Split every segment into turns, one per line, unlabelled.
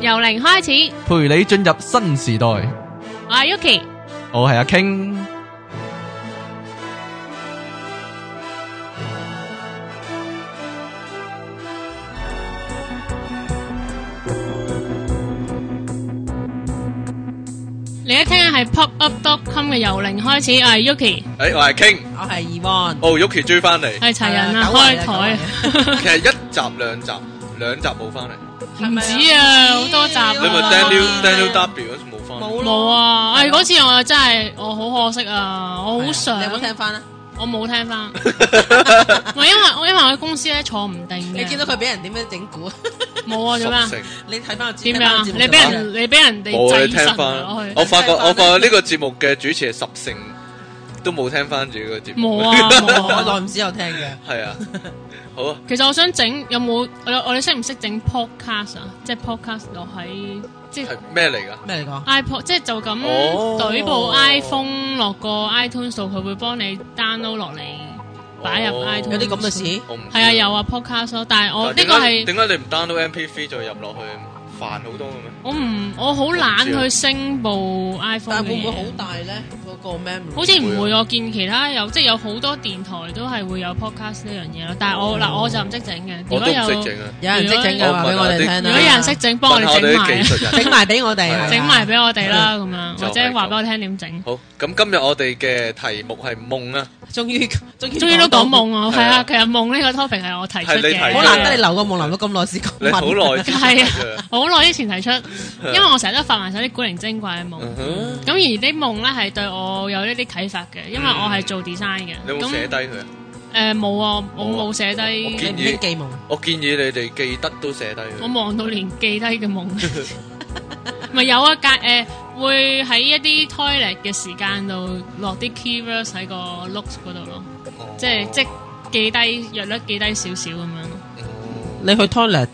由零開始，
陪你進入新時代。
我係 Yuki，
我係阿 King。
你一聽係 pop up dot com 嘅由零開始，我係 Yuki，
诶，我係 King，
我係 Evan，
哦，Yuki 追翻 嚟，
係齊人啦，
啊久違
開
啦
台
其實一集兩集，兩集冇翻嚟，
唔止啊，好多集
你咪
啊
Daniel Daniel W 嗰時冇 翻嚟，
冇
冇
咯，
啊！唉，嗰次我真係我好可惜 啊，我好想
你有冇聽翻啊？
我冇聽 翻，我因為我因為我喺公司咧坐唔定嘅
你見到佢俾人點樣整蠱？
冇啊？做咩啊
熟？成
你睇翻個
點樣啊？你俾人你俾人哋
冇你
制
聽
神啊
翻
落去，
我發覺
聽返
我發覺呢個節目嘅主持係十成都冇聽翻自己個節目，
冇啊
我
冇
耐
啊！
唔時有聽嘅，
係啊，好啊，
其實我想整有冇我我哋識唔識整 podcast 啊？即係 podcast 落喺即係
係咩嚟噶？
咩嚟講？
iPod 即係就咁
哦
懟部 iPhone 落個 iTunes 度，佢會幫你 download 落嚟擺入
哦
iTunes。
有啲咁嘅事，
我唔知
係啊，有啊 podcast 咯，但係我呢
嗯但係點解
個係
點解你唔 download MP3 再入落去，煩好多嘅咩？
我唔我好懶
啊
去升部
但
iPhone
係會
嘅
唔會好
嘢。
大咧？嗰個 memory
好似唔會，
啊
我見其他有即係有好多電台都係會有 podcast 呢樣嘢咯，但係我嗱我就唔識整嘅。如
哦我
果
都唔
有
識整啊！
有人識整嘅話俾我哋聽
如
啦。
果有人識整，幫我
問下
哋
我
整
哋啲
埋
技
啊，
術人。
整埋俾我哋，係啊
整埋俾我哋啦，咁樣
就
或者
係
話
咁
俾我聽點整。
好，咁今日我哋嘅題目係夢啊，
終於終於
終於都講夢啊，係
係
啊，
啊
其實夢呢個 topic 係我提出
係你提
嘅，
出
好難得你留個夢留咗咁耐先
你
講
好
問。
耐先
係
提出
啊，好耐之前提出，因為我成日都發埋晒啲古靈精怪嘅夢，
嗯哼
咁而啲夢咧係對我有一啲啟發嘅，因為我係做 design 嘅，
你有冇寫
咁
低佢啊？
誒冇啊，我
冇
冇
啊
寫
你
低
見，
唔識記夢，
我建議你哋記得都寫低
我
佢。
望到連記低嘅 夢， 咪有啊隔誒會喺一啲 toilet 嘅時間度落啲 keywords 喺個 looks 嗰度咯，
哦
即係即係記低約略記低少少咁樣咯。
Ừ. 哦
你去 toilet，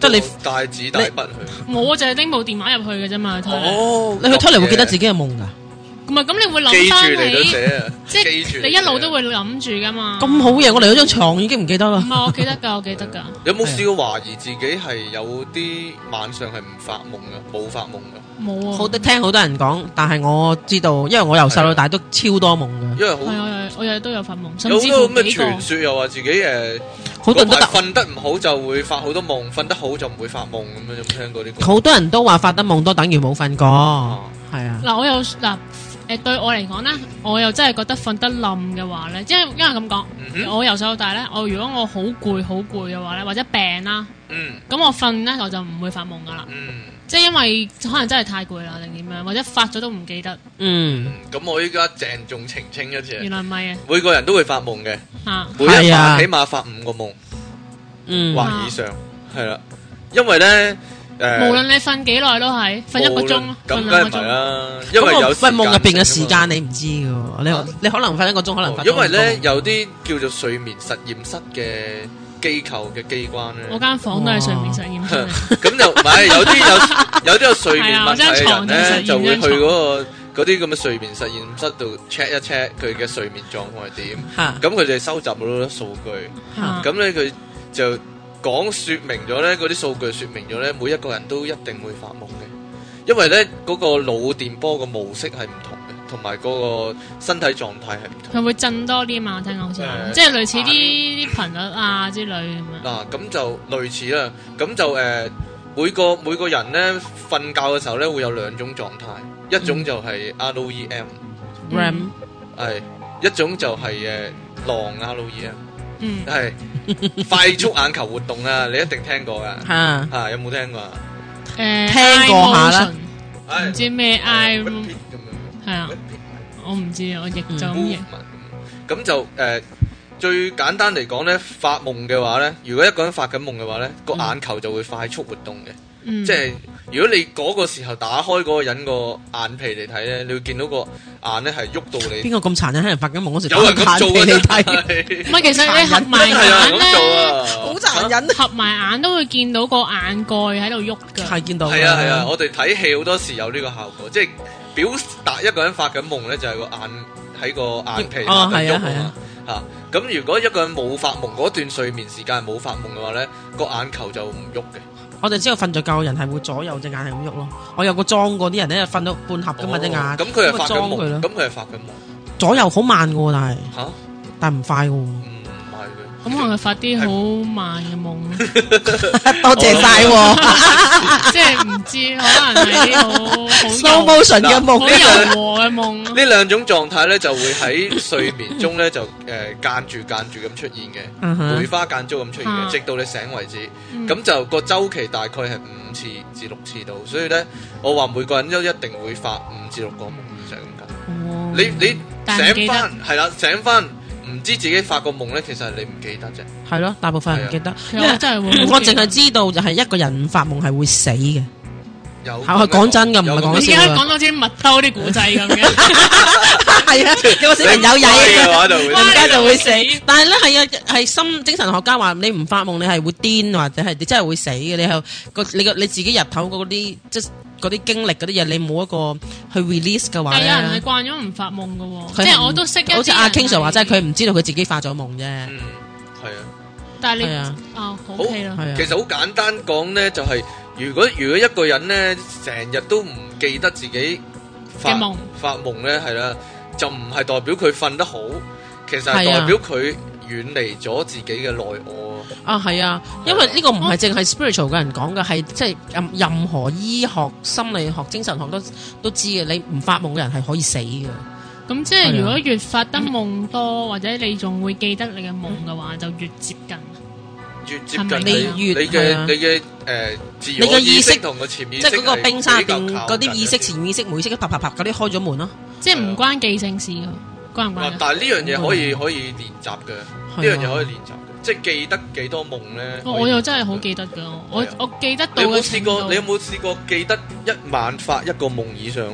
即係你
帶紙帶筆去。
我就係拎部電話入去嘅啫嘛，toilet，
哦
你去 toilet 會記得自己嘅夢㗎？
唔係咁你會
記
諗
住
翻
嚟到
起。
寫啊，
即
記住
係
嚟到
你一路
寫
都。會諗住噶嘛。
咁好嘢，我嚟咗張床已經唔記得啦
唔。係我記得
啊
㗎，我記得㗎。
有冇試過懷疑自己係有啲晚上係唔發夢噶，冇發夢噶？
冇啊。
好得聽好多人講，但係我知道，因為我由細到大都超多夢嘅，
因為
係啊
好
我有我日日都有發夢，甚
有好
至
多
乎
咁
幾
嘅
個。
傳說，又話自己誒
好多人都
嗰排
特
瞓得唔好就會發好多夢，瞓得好就唔會發夢咁樣。有冇聽過呢 個？
好多人都話發得夢多等於冇瞓過，係啊，
嗱，我有嗱誒對我嚟講咧，我又真係覺得瞓得冧嘅話咧，因為因為咁講，
嗯哼
我由細到大咧，我如果我好攰好攰嘅話咧，或者病啦，
嗯
咁我瞓咧我就唔會發夢噶啦。
嗯。
即係因為可能真係太攰啦，定點樣，或者發咗都唔記得，
嗯，
咁我依家鄭重澄清一次
原，來唔係啊
每個人都會發夢嘅，
嚇。
每一
係啊
晚起碼發五個夢
嗯，
或以上，係啦。因為咧，誒，
無論你瞓幾耐都係瞓一個鐘咯，
無論
瞓
咁梗係
兩
唔
個
係
鐘。
啦，因為
咁我
有
喂夢入邊嘅時
性㗎嘛
間啊你唔知嘅喎，你你可能瞓一個鐘，可能
哦
瞓
因為
多
咧
一個鐘
有啲叫做睡眠實驗室嘅機構嘅機關
我
咧，
間房都係睡眠實驗室嚟嘅。
咁就唔係有啲有有啲有睡眠問題
係啊我
嘅
張床
人
都實驗
咧，就會去
張
嗰個嗰啲咁嘅睡眠實驗室度 check 一 check 佢嘅睡眠狀況係點，
嚇
咁佢就收集到好多數據。
嚇
咁咧佢就講說明咗咧，嗰啲數據說明咗咧，每一個人都一定會發夢嘅，因為咧嗰、個腦電波個模式係唔同嘅，同埋嗰個身體狀態係唔同。
佢會震多啲嘛？我聽講好似話
誒
即係類似啲啲頻率啊之類咁樣。
嗱、咁就類似啦，咁就誒、呃每個每個人咧瞓覺嘅時候咧會有兩種狀態，一種就係 R O E M，
REM
係一種就係、誒、浪 R O E M，
嗯，
係 快速眼球活動啊，你一定聽過噶，
嚇
嚇、有冇聽過啊？
誒，
聽過下啦
eye motion，
唉
唔知咩 I
係 whip
係
it 咁樣
啊，我唔知啊，我譯就咁譯。
咁就誒、呃最簡單嚟講咧，發夢嘅話咧，如果一個人發緊夢嘅話咧，個眼球就會快速活動嘅，
嗯，
即係如果你嗰個時候打開嗰個人個眼皮嚟睇咧，你會見到個眼咧係喐到你，
邊個咁殘忍喺人發緊夢嗰時
有人咁做
俾你
啊
睇，
真係，
唔係其實你合埋
真係有人
眼
咁做
咧，
啊，
好殘忍啊！
合埋眼都會見到個眼蓋喺度喐㗎。
係見到
係啊係啊，，我哋睇戲好多時有呢個效果，即係表達一個人發緊夢咧，就係個眼喺個眼皮下
哦
喐
係啊
啊嘛嚇。咁如果一個人冇發夢嗰段睡眠時間係冇發夢嘅話咧，個眼球就唔喐嘅。
我哋知道瞓着覺嘅人係會左右隻眼係咁喐咯。我有個裝過啲人咧，瞓到半合噶嘛隻眼，
哦咁佢係
咁咪
發緊
裝佢
夢，咁
咯。
佢係發緊夢
左右好慢嘅喎，但係
吓，唔
但唔快嘅喎。
係
咁可能發啲好慢嘅夢咯，
多謝晒喎
即係唔知可能係啲好
，slow
好
motion 嘅
柔
夢
好柔和
呢個
嘅夢
嘅。
咯。
呢兩種狀態咧就會喺睡眠中咧就诶間住間住咁出現嘅。
嗯
梅
哼，嗯
花間竹咁出現
啊
嘅，直到你醒為止。
嗯
咁就個周期大概係五次至六次度，所以咧，我話每個人都一定會發五至六個夢，就係咁解。
哦
你你
但係唔
醒
記得
翻係啦，醒翻唔知自己發個夢咧，其實係你唔記得啫。
係咯，大部分人
啊
唔記得，
其
因
實我
為
真係會好
我
記
淨
得
係知道就係一個人唔發夢係會死嘅。
有
係講真㗎唔係
有咁
講
嘅
你
笑
而
啊
家講到似密偷啲古仔咁嘅，
係啊，有個小朋友
你
曳
乖嘅話就會
人
而家
家
就
就
會
會
死
死。
但係咧，係啊，係心精神學家話你唔發夢，你係會癲或者係你真係會死嘅。你係個你個你自己入頭嗰啲即係嗰啲經歷嗰啲嘢，你冇一個去 release 嘅話
但有人
咧
係，慣咗唔發夢嘅喎，
佢
即係
唔
我都識一啲
好似阿 King Sir 話齋，佢
人係
唔知道佢自己發咗夢啫。
嗯，係啊，
但係你
係啊，
啊好 OK 啦，
係啊
其，實好簡單講咧，就係如果如果一個人咧成日都唔記得自己發
嘅夢
發夢咧，係啦，就唔係代表佢瞓得好，其實係
係
代
啊
表佢遠離咗自己嘅內我。
啊係啊，因為呢個唔係淨係 spiritual 嘅人講嘅，係即係任任何醫學、心理學、精神學都都知嘅。你唔發夢嘅人係可以死嘅。
咁即
係啊
係如果越發得夢多，或者你仲會記得你嘅夢嘅話，就越接近。
越接近
係咪
你
啊
你
係啊
嘅你嘅誒自
你
我
嘅
意
意
識
識
同個潛意
即
識
係嗰個
係
冰山入邊
比較靠
嗰
近
啲意識、
一啲
潛意識、無意識、啪啪啪嗰啲開咗門咯。
即係唔關記性事㗎，關唔
哇
關㗎？
但係呢樣嘢可以可以練習嘅，
啊
呢樣嘢可以練習嘅，即係記得幾多夢咧。
我
可以
我又
練習
真係好
嘅。
記得㗎，我
係啊
我記得到
你有冇
嘅
試
程
過？
度
你有冇試過記得一晚發一個夢以上？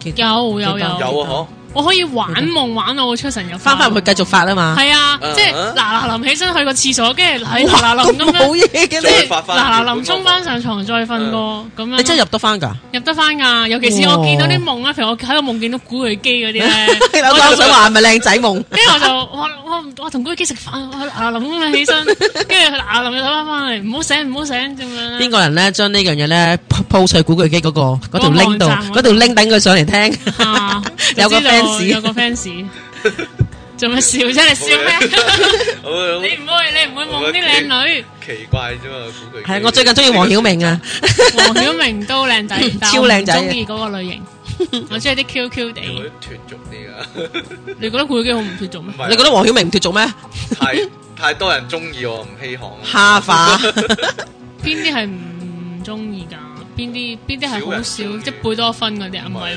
其實
有有
有
有，
有啊，
我可以玩夢玩到我出神入
翻返去繼續發啊嘛。
係啊，
嗯
即係
嗯
嗱嗱臨起身去個廁所，跟住喺嗱嗱啊臨咁
咁
樣，
冇嘢嘅
即
你，
係
發
嗱嗱
返原本
臨
嗰個
衝翻上床再瞓過咁樣。
你真係入得翻㗎？
入得翻㗎，尤其是
哇
我見到啲夢啊咧，譬如我喺個夢見到古巨基嗰啲咧。
我
我就
想 話係咪靚仔夢？
跟住我就我我我同居基食飯，我嗱嗱臨咁樣起身，跟住佢嗱嗱臨就翻翻嚟，唔好醒唔好醒咁樣
邊
咧。
個人咧將呢樣嘢咧 po 去古巨基嗰個嗰條
嗰個
link 度，
網站嗰度
嗰條 link 等佢上嚟聽。
啊
有個
就知道
fans
有個 fans，做乜笑啫？你笑
我
咩？你唔會 你唔會夢啲靚女，
奇怪啫嘛，估佢。
係啊我最近中意黃曉明啊，
黃曉明都靚仔，但
超靚仔
我唔中意嗰個類型，我中意啲 Q Q
你
地
會。脱俗啲噶，
你覺得古巨基好唔脱俗咩
唔？係
你覺得黃曉明唔脱俗咩？
太太多人中意我唔稀罕啊。
哈 化
邊啲係唔中意㗎？邊啲邊啲係好
少
少，
人
即係貝多芬嗰啲啊？唔係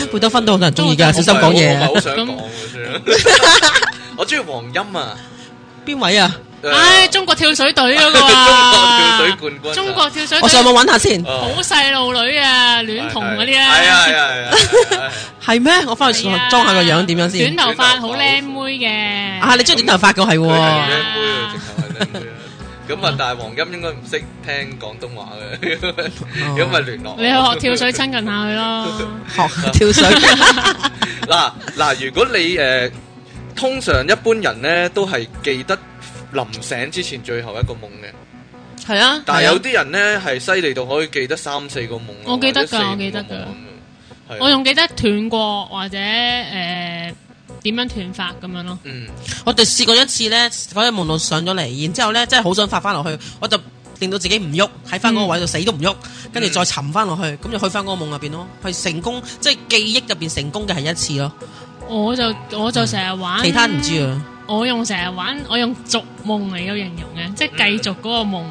喎。
貝多芬都好多人中意㗎，小心
我
講嘢
唔係
啊。
好想講嘅算啦我中意黃音啊。
邊位啊？
誒
唉，中國跳水隊嗰個啊，
中國跳水冠軍啊
中國跳水隊
我上網揾下先，
哦
好細路女啊，戀童嗰啲啊，
係啊係啊係啊係啊，係啊
係咩？我翻去
係啊
裝下個樣點樣先。
短頭髮好靚
啊！
妹
你中意短頭髮
佢
嘅係
係
喎，
靚
哦
妹啊，直頭係靚妹啊。咁啊，但係黃金應該唔識聽廣東話嘅，
Ờ.
咁咪聯絡我。
嘅，你去學跳水親近下佢咯。
學下跳 水。啊
嗱嗱，如果你誒通常一般人咧都係記得臨醒之前最後一個夢嘅，
係啊，
但係
係啊
有啲人咧係犀利到可以記得三四個夢啊。
我記得㗎
或者四五個
我記得㗎
夢咁樣。
我
係啊，
仲記得斷過或者誒點樣斷髮咁樣咯。
嗯，
我哋試過一次咧，嗰日夢到上咗嚟，然之後咧，真係好想發翻落去，我就令到自己唔喐，喺翻嗰個位度死都唔喐，跟住再沉翻落去，咁就去翻嗰個夢入邊咯，係成功，即係記憶入邊成功嘅係一次咯，
我就我就成日玩，
其他唔知。啊。
我用成日玩，我用續夢嚟到形容
嗯
嘅，即係繼續嗰個夢，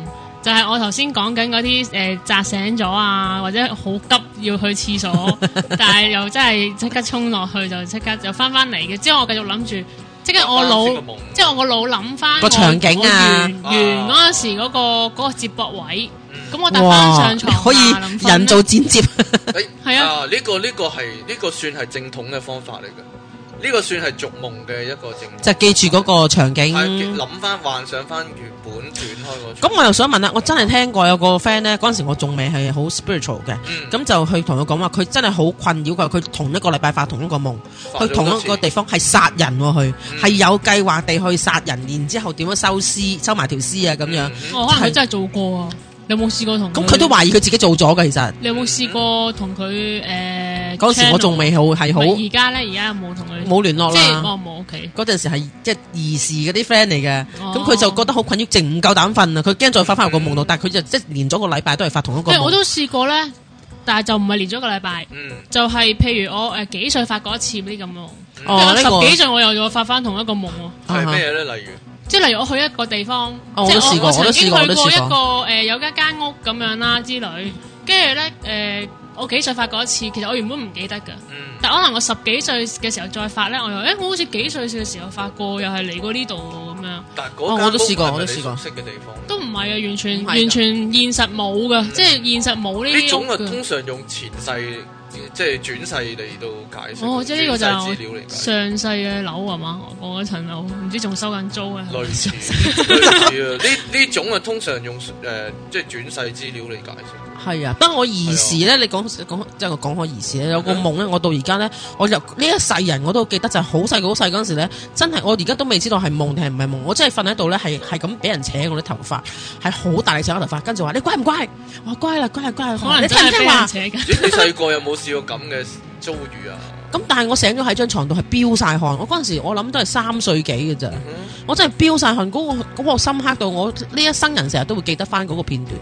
就係我頭先講緊嗰啲誒扎醒咗啊，或者好急要去廁 所，但係又真係即刻衝落去就即刻就翻翻嚟嘅。之後我繼續諗住，即係我
啱
腦
先個夢，
即係我個腦諗翻
個場景啊
完
啊
完嗰陣時嗰個嗰個接駁位，咁我搭翻
哇
上床啊
可以
諗翻
人造剪接，
誒
係啊
啊，呢個呢個係呢個算係正統嘅方法嚟嘅，呢個算係續夢嘅一個正統。
就記住嗰個場景。
係諗翻幻想翻原本斷開個。
咁我又想問啊啦，我真係聽過有個 friend 咧，嗰陣時我仲未係好 spiritual 嘅，
嗯
咁就去同佢講話，佢真係好困擾佢，佢同一個禮拜發同一個夢。去同一個地方係殺人喎，佢
嗯
係有計劃地去殺人，然之後點樣收屍、收埋條屍啊咁樣。
嗯
我可能佢真係做過啊，你有冇試過同
咁佢都懷疑佢自己做咗嘅，其實
你有冇試過同佢诶？
嗰時我仲未好係好
唔係而家咧，而家有冇同佢
冇聯絡
即係
啦。
我冇 OK。
嗰陣時係即係兒時嗰啲 friend 嚟嘅，
哦
咁佢就覺得好困擾，淨唔夠膽瞓啊！佢驚再發翻入個夢度，但係佢就即係連咗個禮拜都係發同一個
即係我
夢。
都試過咧，但係就唔係連咗個禮拜，
嗯，
就係譬如我诶呃幾歲發過一次呢咁夢，
哦，呢
但我
個
十幾歲我又又發翻同一個夢喎。
啊
係
哈
咩咧？例如，
即係例如我去一個地方，
哦
即係
我都試過
我
我
曾
都
經
試過我
去
都
過一
試
個
過
誒、呃有一間屋咁樣啦之類，跟住咧誒我幾歲發過一次，其實我原本唔記得㗎，
嗯，
但可能我十幾歲嘅時候再發咧，我又誒、欸我好似幾歲嘅時候發過，又係嚟過呢度喎咁樣，
但係
哦
嗰間
我都試過
屋係咪
我都
你
試過
熟悉嘅地方呢。
都唔係啊，完全
唔係㗎嗯
完全現實冇㗎，即係現實冇呢
呢
啲
種
屋
啊，
㗎
通常用前世即係轉世嚟到解釋。
哦，即係呢個就
轉世資
係
料嚟
嗯
我
解
上
釋。
世嘅樓係嘛？我嗰層樓唔知仲收緊租啊。
類 似，類似啊！呢呢種啊，通常用誒即係轉世資料嚟解釋。
係啊，不過我兒時咧，你講講即係我講開兒時咧，有個夢咧，我到而家咧，我由呢一世人我都記得就係好細個好細嗰陣時咧，真係我而家都未知道係夢定係唔係夢，我真係瞓喺度咧，係係咁俾人扯我啲頭髮，係好大力扯我頭髮，跟住話你乖唔乖？我話乖啦，乖啦，乖啦，
可能
你
真係
聽唔
俾
聽
人
話？
扯緊，
咦你細個有冇試過咁嘅遭遇啊？
咁但係我醒咗喺張床度係飆晒汗，我嗰陣時我諗都係三歲幾嘅咋，
嗯
我真係飆晒汗，嗰、個嗰、個深刻到我呢一生人成日都會記得翻嗰個片段。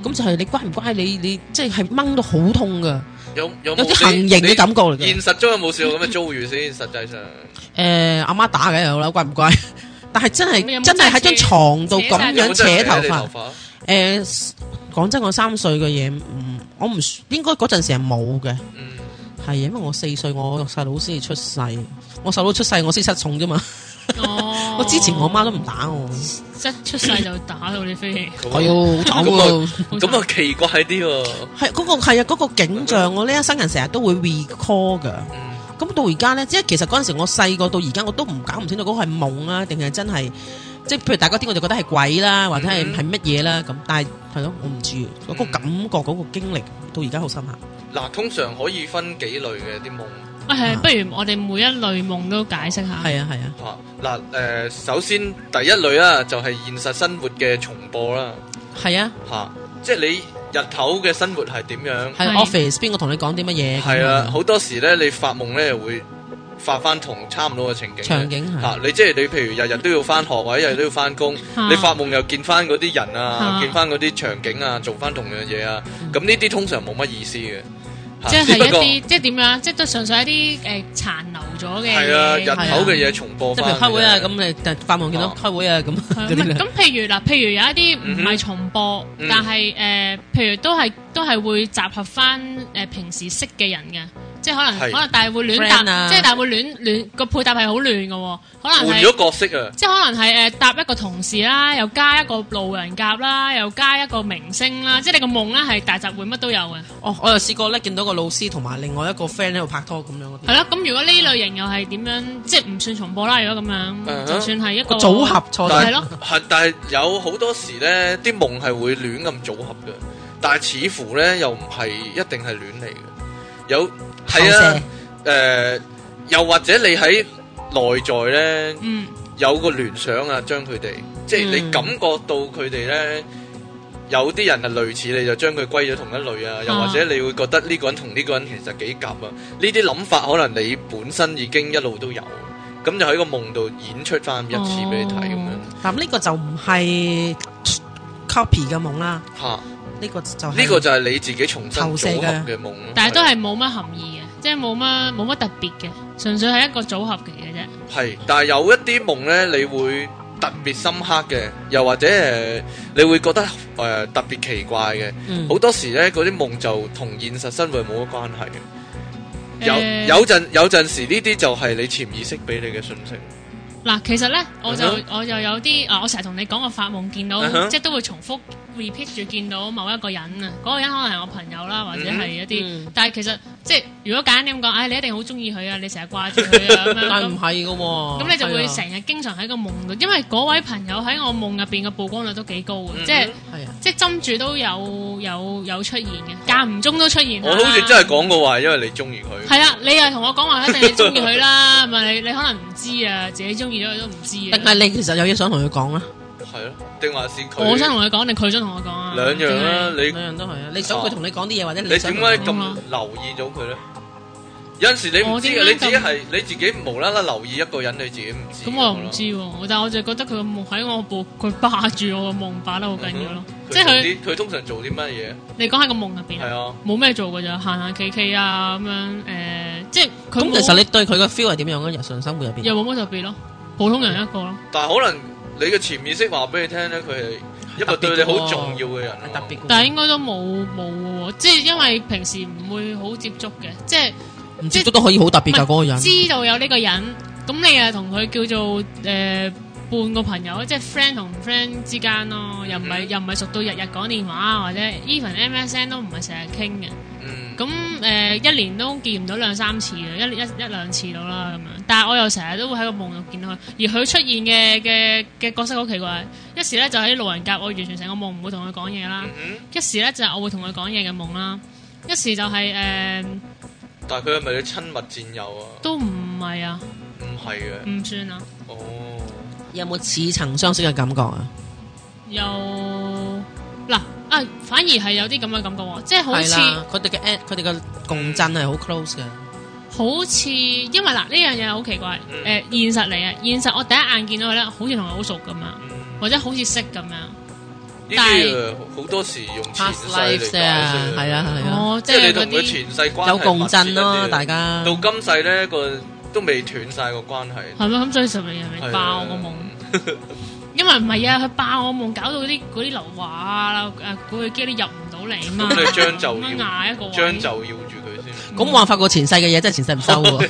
咁就係你乖唔乖？你你即係掹到好痛噶，
有有
有
冇
啲行刑嘅感覺嚟
你
嘅
現。實中有冇試過咁嘅遭遇先？實際上，
誒阿媽打嘅有啦，乖唔 乖？但係真
咁有
係
冇
真係喺張床度咁
有
樣
冇
扯頭
你
髮。
髮。
誒講真，我三歲嘅嘢，唔我唔應該嗰陣時係冇嘅，
嗯，
係因為我四歲，我細佬先至出世，我細佬出世我先失重啫嘛。
哦
我之前我媽都唔打我，
一出世就打到你飛起。
哦咁
我
啊
要走
咁
喎。
咁啊奇怪啲喎。
係嗰個係啊，嗰個景象，我呢一生人成日都會 recall 㗎。
嗯
咁到而家呢，即係其實嗰陣時我細個到而家我都唔搞唔清楚嗰個係夢啊，定係真係即係譬如大家聽我就覺得係鬼啦，或者係
嗯
係乜嘢啦咁，但係係咯，我唔知嗰、個感覺嗰、個經歷到而家好深刻。
嗱，通常可以分幾類嘅啲夢
啊，係，不如我哋每一類夢都解釋下。
係啊係啊，
啊。嗱，誒，首先第一類啦，就係現實生活嘅重播啦，
係啊
嚇，即係你日頭嘅生活係點樣？
係
係
office 邊個同你講啲乜嘢？
係啊，
咁
好多時咧，你發夢咧會發翻同差唔多嘅情景嘅。
場景係嗯
嚇，你即係你譬如日日都要翻學或者日日都要翻工，
嚇
你發夢又見翻嗰啲人啊，
啊
見翻嗰啲場景啊，做翻同樣嘢啊，
嗯
咁呢啲通常冇乜意思嘅。嚇
即係
只不
一
過
啲，即係點樣？即係都純粹一啲誒殘留咗嘅嘢。
係啊，日頭嘅嘢重播
即
翻
係
嘅啫。
譬如開會啊，咁你但發夢見到
啊
開會啊咁
係啊
嗰啲
咁譬如嗱，譬如有一啲唔
嗯哼
係重播，
嗯
但係誒、呃譬如都係都係會集合翻誒、呃平時識嘅人嘅，即係可能
係
可能但係會亂搭
Friend，啊
即係但係會亂亂個配搭係好亂嘅喎，可能
換
係
咗角色啊，
即係可能係誒、呃搭一個同事啦，又加一個路人甲啦，又加一個明星啦，即係你個夢咧係大集會乜都有嘅。
哦，我又試過咧，見到個老師同埋另外一個 friend 喺度拍拖咁樣嗰
係
啲，
咯，咁如果呢類型又係點樣？即係唔算重播啦，如果咁
嗯哼
樣，就算係一個
個組合錯
係
咗。
咯，
係但係有好多時咧，啲夢係會亂咁組合嘅，但係似乎咧又唔係一定係亂嚟嘅，有係啊，誒、又或者你喺內在咧
嗯，
有個聯想啊，將佢哋即係你
嗯
感覺到佢哋咧。有啲人係啊類似，你就將佢歸咗同一類啊，又
啊
或者你會覺得呢個人同呢個人其實幾夾啊，呢啲諗法可能你本身已經一路都有，咁就喺個夢度演出翻一次俾你睇咁
哦
樣
嗱呢個就唔係 copy 嘅夢啦，
嚇。
呢個就係
呢個就係你自己重新組合嘅夢咯，
但係都係冇乜含義嘅，即係冇乜冇乜特別嘅，純粹係一個組合嚟嘅啫。
係，但係有一啲夢呢，你會特別深刻嘅，又或者誒、呃你會覺得誒、呃特別奇怪嘅。
嗯
好、多時呢，嗰啲夢就同現實生活冇乜關係嘅。有、
誒
有陣有陣時呢啲就係你潛意識俾你嘅信息，
嗱，其實咧，我就
嗯
我就有啲啊，我成日同你講我發夢見到
嗯哼，
即係都會重複 repeat 住見到某一個人啊，嗰個人可能係我朋友啦，或者係一
嗯
啲，但係其實即係如果簡單咁講，唉，你一定好中意佢啊，你成日掛住佢啊咁 樣
但
咁
係唔。係嘅喎，
咁你就
係
會
啊
成日經常喺個夢度，因為嗰位朋友喺我夢入邊嘅曝光率都幾高嘅，
嗯
即係
係啊。
即係針住都有有有出現嘅，間唔中都出現啦。
我好似真係講過話，因為你中意佢。
係啊啦，你又同我講話一定你中意佢 啦，咪你你可能唔知啊，自己中意咗佢都唔知
定係
啊。
你其實有嘢想同佢講啊？
係咯，定還是佢？
我想同佢講定佢想同我講啊？
兩樣啦
定係
你
兩樣都係啊！你想佢同你講啲嘢，或者
你
你
點
想
解
佢
點
咁
啊
留意到佢咧？有陣時你唔
我
知
點解
嘅，你自己
咁
係你自己無啦啦留意一個人，你自己唔知。
咁我又唔知喎，但係我就覺得佢個夢喺我部，佢霸住我個夢霸得好緊要咯。即係佢，
嗯佢佢通常做啲乜嘢？
你講喺個夢入邊
係
啊，
啊，
冇咩做㗎咋，行行企企啊咁樣誒，即係佢
咁
冇
其實你對佢嘅 feel 係點樣嘅？日常生活入邊
又冇乜特別咯，普通人一個咯。
但係可能你嘅潛意識話俾你聽咧，佢係一個對你好重要嘅人啊。
係特別
但係
嘅，
應該都冇冇嘅喎，即係因為平時唔會好接觸嘅，即係
唔接觸都可以好特別㗎嗰個人。
知道有呢個人，咁你又同佢叫做誒、呃半個朋友，即係 friend 同 friend 之間咯，又唔係、
嗯
又唔係熟到日日講電話或者 even MSN 都唔係成日傾嘅。
嗯，
咁誒、呃一年都見唔到兩三次嘅，一一一兩次到啦咁樣。但係我又成日都會喺個夢度見到佢，而佢出現嘅嘅嘅角色好奇怪，一時咧就喺路人甲，我完全成個夢唔會同佢講嘢啦。
嗯哼
一時咧就係我會同佢講嘢嘅夢啦，一時就係、呃
但係佢係咪你親密戰友啊？
都唔係啊，
唔係嘅，
唔算啊，
哦，
有冇似曾相識嘅感覺啊？
又嗱啊，反而係有啲咁嘅感覺喎，即係好
係
似
啦，佢哋嘅 at- 佢哋嘅共振係好 close 嘅。
好似，因為嗱呢樣嘢好奇怪，誒、呃
嗯
現實嚟嘅，現實我第一眼見到佢咧，好似同佢好熟咁樣，
嗯
或者好似識咁樣，
呢
但係
啲啊好多時用前
Past
世
lives
嚟
啊
解，釋
係啊係啊，
哦，
即
即
係你
係
同
嗰
佢
啲
前世關係
有共振咯，
密切
大
一啲
家。
到今世咧個都未斷晒個關係。
係咪咁？所以十零人咪
啊
爆我個夢。因為唔係啊，佢爆我夢，搞到啲嗰啲流話啊，誒古巨基啲入唔到嚟啊嘛，
咁你將就要
咁樣嗌一個位
將就要住佢先。
咁冇辦法過前世嘅嘢，真係前世唔 收喎。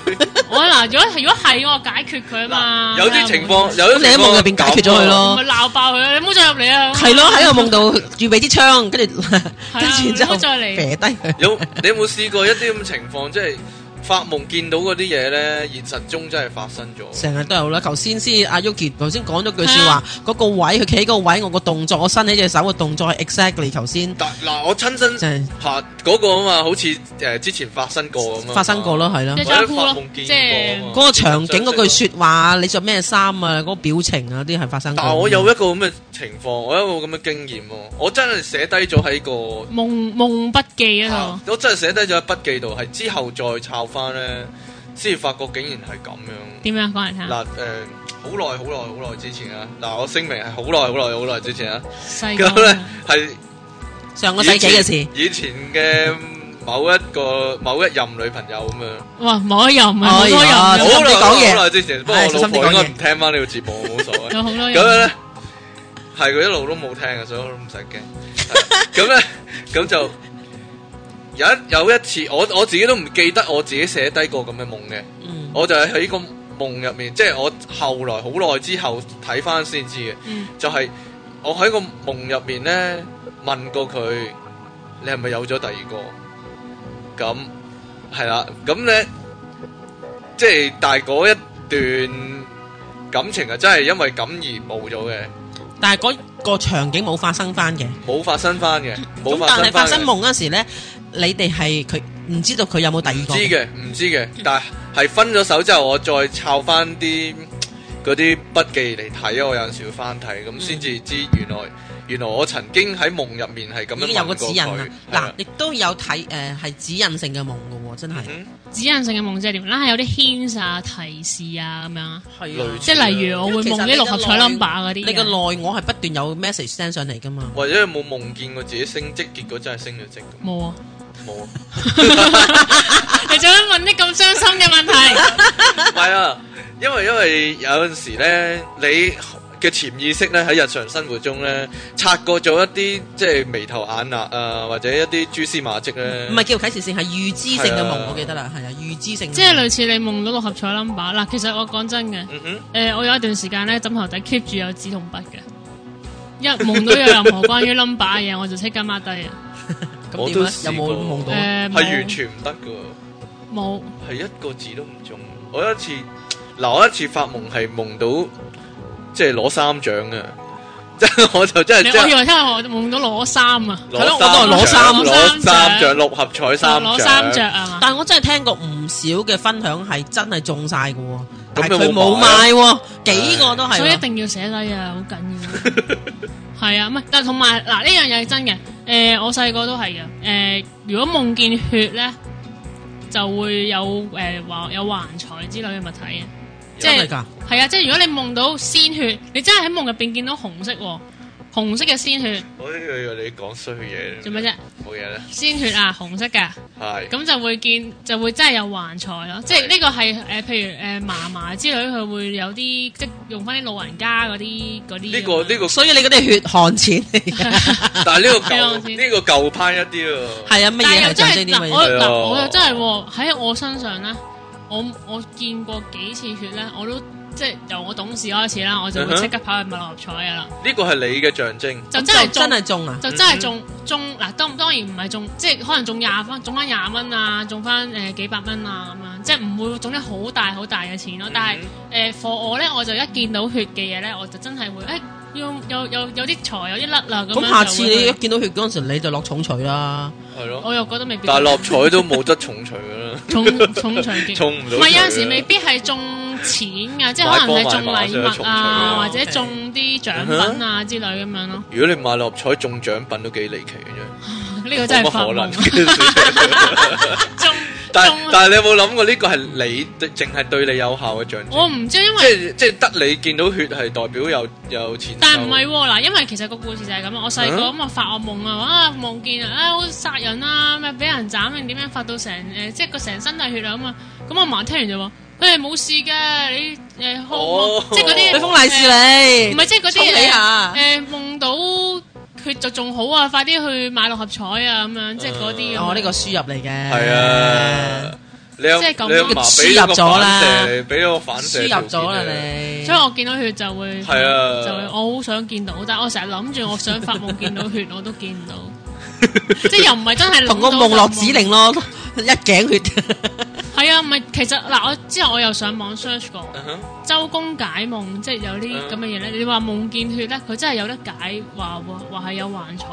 我嗱，如果如果係我解決佢啊嘛，
有啲情況，有
咁
啲
你喺
情況
夢入邊解決咗佢咯
咪鬧爆佢啊！你唔好再入嚟啊！
係咯，喺個夢度預備支槍，跟住
啊
跟住之
唔好
後
再 嚟
撇低佢。
有你有冇試過一啲咁情況，即係發夢見到嗰啲嘢咧，現實中真係發生咗。
成日都有啦。頭先先阿 Yuki 頭先講咗句説話，嗰個位佢企嗰個位，我個動作，我伸起隻手嘅動作係 exactly 頭先
但嗱，我親身
就係
嚇嗰個啊嘛，好似誒之前發生過咁啊，
發生過咯，係咯
即。係
或者
裝
發
酷咯
夢，見
即
過
係
啊
嗰個場景嗰句説話，你着咩衫啊？嗰個表情啊，啲係發生過。
但我有一個咁嘅情況，我有一個咁嘅經驗喎，我真係寫低咗喺個啊
夢夢筆記啊嗰度，
我真係寫低咗喺筆記度，係之後再抄翻咧，先至發覺竟然係咁樣。
點樣講嚟聽？
嗱誒，好耐好耐好耐之前啊，嗱我聲明係好耐好耐好耐之前啊，
細
咁
個
咧係
上個世紀嘅事。
以前嘅某一個某一任女朋友咁樣，
哇！冇啊又唔係好多
哎呀
人，
啊好耐
你講嘢
好耐之前，不過
唉
我
小
老
心啲
婆應該
講嘢哎
唔聽翻呢個節目，我冇所謂。
有好多啊
咁樣
人
咧，係佢一路都冇聽嘅，所以我都唔使驚。係咁咧，咁就有一有一次，我我自己都唔記得我自己寫低過咁嘅夢嘅，
嗯
我就係喺個夢入面，即係我後來好耐之後睇翻先知嘅，
嗯
就係、我喺個夢入面咧問過佢，你係咪有咗第二個？咁係啦，咁咧即係但係嗰一段感情啊，真係因為咁而冇咗嘅。
但係嗰個場景冇發生翻嘅。
冇發生翻嘅，冇
咁
發
但係
生
發
翻
生
嘅。
夢嗰時咧，你哋係佢唔知道佢有冇第二
唔
個
知。嘅，唔知嘅，但係分咗手之後，我再抄翻啲嗰啲筆記嚟睇，我有陣時會翻睇，咁先至知原來原來我曾經喺夢入面係咁
已
樣
經有
個
個指引啦。嗱
嗱，，
亦都有睇誒係指引性嘅夢嘅喎，真係。
嗯
指引性嘅夢即係點？啦，係有啲 hints 啊、提示啊咁樣啊，
哦
係啊
類似
即係例如我會夢啲六合彩 number 嗰
你
啲嘅。
嘅內我係不斷有 message send 上嚟噶嘛。
或者有冇夢見過自己升職，結果真係升咗職咁？
冇啊！
冇啊，
你做乜問啲咁傷心嘅問 題？
唔係啊，因為因為有陣時咧，你嘅潛意識咧喺日常生活中咧，察覺咗一啲即係眉頭眼額啊，或者一啲蛛絲馬跡咧，
唔係叫啟示性，係預知性嘅
係啊
夢，我記得啦，係啊，預知性嘅夢。
即係類似你夢到六合彩 number 嗱，其實我講真嘅。
嗯哼。
誒、我有一段時間咧，枕頭底 keep 住有紙同筆嘅，一夢到有任何關於 number 嘅嘢，我就即刻 mark 低啊。
咁
我
點
都
啊？有
試過
冇夢到
誒、
啊？
呃，
哦係
冇
完全唔得噶，
冇，
係一個字都唔中。我有一次，嗱，我有一次發夢係夢到即係攞三獎嘅，即係 我就真
你
係
我以
真係
為聽日我夢到攞衫啊，
係咯
攞
我當係攞衫
獎攞三獎六合彩三
攞衫着啊嘛，
但我真係聽過唔少嘅分享係真係中晒嘅喎，但
咁
係
有冇啊
佢冇買喎，幾個都係
所以一
喎。
定要寫低啊，好緊要。係啊，唔係，但同埋嗱呢樣嘢係真嘅。誒、我細個都係嘅。誒、如果夢見血咧，就會有誒話、有橫財之類嘅物體嘅。即
真係
係
㗎，
係啊，即係如果你夢到鮮血，你真係喺夢入邊見到紅色喎，紅色嘅鮮血
我呢個哎你講衰嘢
做乜啫？
冇嘢啦，
鮮血啊，紅色嘅，
係
咁就會見就會真係有橫財咯。即係呢個係誒、譬如誒、呃嫲嫲之類，佢會有啲即係用翻啲老人家嗰啲嗰啲
呢個呢個，
所以你嗰啲係血汗錢嚟嘅，
但係呢
係
個
啊
舊
我知
呢個舊派一啲喎，
係啊，乜
但又
嘢係象
真
徵
係
啲
嗱，
乜嘢？
我
係啊
嗱我又真係喎喺我身上咧，我我見過幾次血咧，我都即係由我懂事開始啦，我就
嗯
會
哼
即刻跑去買六合彩噶啦，
呢個係你嘅象徵，
就真係
咁
中
真係中啊！
就真係中中嗱，當當然唔係中，即係可能中廿分，中翻廿蚊啊，中翻誒幾百蚊啊咁樣，即係唔會中啲好大好大嘅錢咯。但係誒 for 我咧，我就一見到血嘅嘢咧，我就真係會誒要有有有啲財有啲甩啦咁樣。
咁下次你一，見到血嗰陣時，你就落重錘啦。
嗯係咯，
我又覺得未必
但係落彩都冇得重除噶 啦，
重重財嘅。
重唔到。
唔係有陣時未必係中錢啊噶，即係可能係中禮物啊，或者中啲獎品啊之類咁樣咯。
如果你買六合彩中獎品都幾離奇嘅
呢個
啫，
真
冇
係發
乜可能
夢，
嘅事。
中
但
中啊
但係你有冇諗過呢個係你對淨係對你有效嘅象徵？
我唔知，因
即
為
係即係得你見到血係代表有有錢收。啊
但係唔係喎嗱，因為其實個故事就係咁啊。我細個咁啊發惡夢啊，啊夢見啊好殺人啊，咩俾人斬定點樣發到成誒，即係個成身都係血啊咁啊。咁我嫲聽完就話：誒冇事嘅，你誒好
哦
即係嗰啲呃
俾封利是你，
唔係即係嗰啲
沖你下
誒夢到佢就仲好啊，快啲去買六合彩啊咁樣，即係嗰啲咁。
哦，呢個輸入嚟嘅。
係啊，你有
À。即係咁咯
你阿嫲俾咗個反射你，俾咗個反射
輸入咗
條
啦
件你。
你。
所以我見到血就會
係啊
就會我好想見到，但係我成日諗住我想發夢見到血，我都見唔 到，即係又唔係真係諗
同個
到
夢落
發
指令咯， 一頸血。
係啊，唔係其實嗱，我之後我又上網 search 過
嗯哼
周公解夢，即係有
啊
啲咁嘅嘢咧。你話夢見血咧，佢真係有得解話喎話係有幻財嘅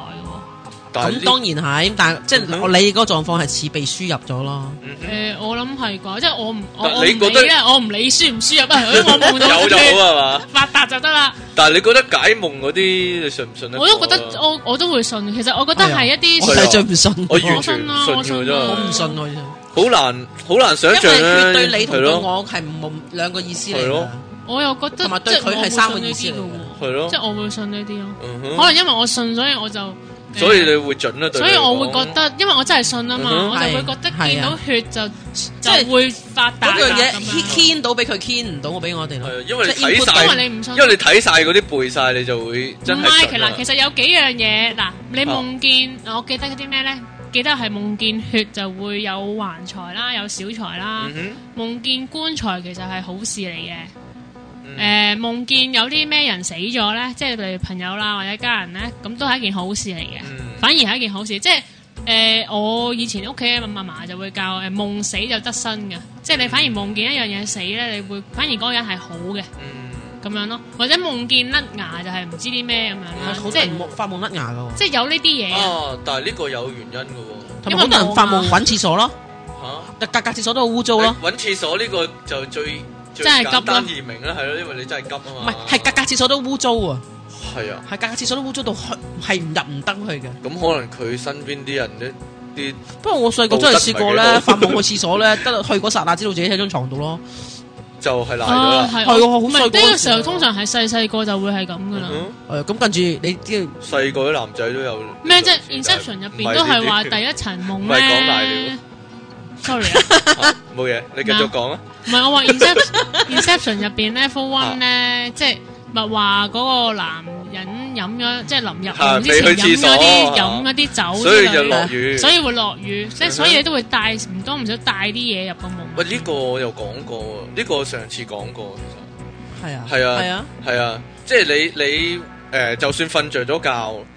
但係
咁
呢
當然係，但係即
嗯哼
係我你嗰個狀況係似被輸入咗咯。
嗯
喎。誒、
哼
我諗係啩，即係我唔我
但
我唔
你
理
覺得
咧，我唔理輸唔輸入 啊，我夢到
有就
血
好啊嘛。
發達就得啦。
但係你覺得解夢嗰啲，你信唔信得過
我
啊？
都覺得我我都會信，其實我覺得係一
我
啲
係啊
係最唔信
我
我，
完
我
全
信啦
唔
我
信㗎
信
真
啦
我
係
唔信我，
好難好難想
因
像
為
咧，
佢對你同
係
對
咯
我係冇兩個意思嚟
係
㗎
咯。
我又覺得
同埋對
即係
佢係
我會
三個
信呢
意思
啲嘅
嚟
係
喎，即
咯，
係我會信呢啲咯。
嗯
可
哼，
能因為我信，所以我就
所以
誒
你會準啦，對
所以
你嚟
我會
講
覺得，因為我真係信啊嘛，
嗯哼
我就會覺得
係啊
見到血就
係
就會發達
嗰樣
啦
嘢
咁
牽
樣。
牽到俾佢牽唔到，我俾我哋咯。
係啊因為你
即係
睇
input
晒
到
因為你唔信，
因為你睇晒嗰啲背晒，你就會真
唔
係啊
係
準
其
啦
實其實有幾樣嘢嗱，你夢見我記得嗰啲咩咧？
嗯
記得係夢見血就會有橫財啦，有小財啦。
嗯
夢見棺材其實係好事嚟嘅。誒、
哼，
夢見有啲咩人死咗咧，即係例如朋友啦或者家人咧，咁都係一件好事嚟嘅。
嗯
反而係一件好事，即係誒、我以前屋企嘅嫲嫲就會教誒夢死就得生嘅，即係你反而夢見一樣嘢死咧，你會反而嗰個人係好嘅
嗯
咁樣咯，或者夢見甩牙就係唔知啲咩咁樣
好
啦，即
多人
係
夢發夢甩牙㗎喎，
即係有呢啲嘢啊，
啊，但係呢個有原因嘅喎
同埋好多人發夢揾廁所咯，
嚇。
格格廁所都好污糟咯。
揾廁所呢個就最最
真係急咯
簡單易明啦，係咯，因為你真係急啊
唔
嘛。
係，係格格廁所都污糟喎，
係啊，
係格格廁所都污糟到去係唔入唔得去嘅。
咁可能佢身邊啲人呢啲
不過我細個真係試過
道德唔
咧，
係幾好
發夢去廁所咧， 得去嗰剎那知道自己喺張床度咯。
就係賴咗
啊
啦。
係
係喎好
唔係呢
細個
個
嗰時
時候通常係細細個就會係咁噶啦。
嗯
誒，咁跟住你知
細個啲男仔都有
咩啫？Inception 入邊都係話 第
一
一層夢
唔係講大
咩
料
？Sorry 啊，
冇嘢，你繼續講啊。
唔係我話 Inception Inception 入 邊咧，Level One 咧，即係咪話嗰個男人飲咗，即係臨入
嚇
夢之前
未去廁
飲
所
咗啲
嚇
飲嗰啲酒
所以
之
就
類
落雨。
啊所以會落雨，即係
嗯哼
所以你都會帶唔多唔少帶啲嘢入個夢。
喂，呢個我有講過喎，呢個我上次講過其
係啊，
實係啊，
係啊，，
係啊，即係你你誒，就算瞓着咗覺，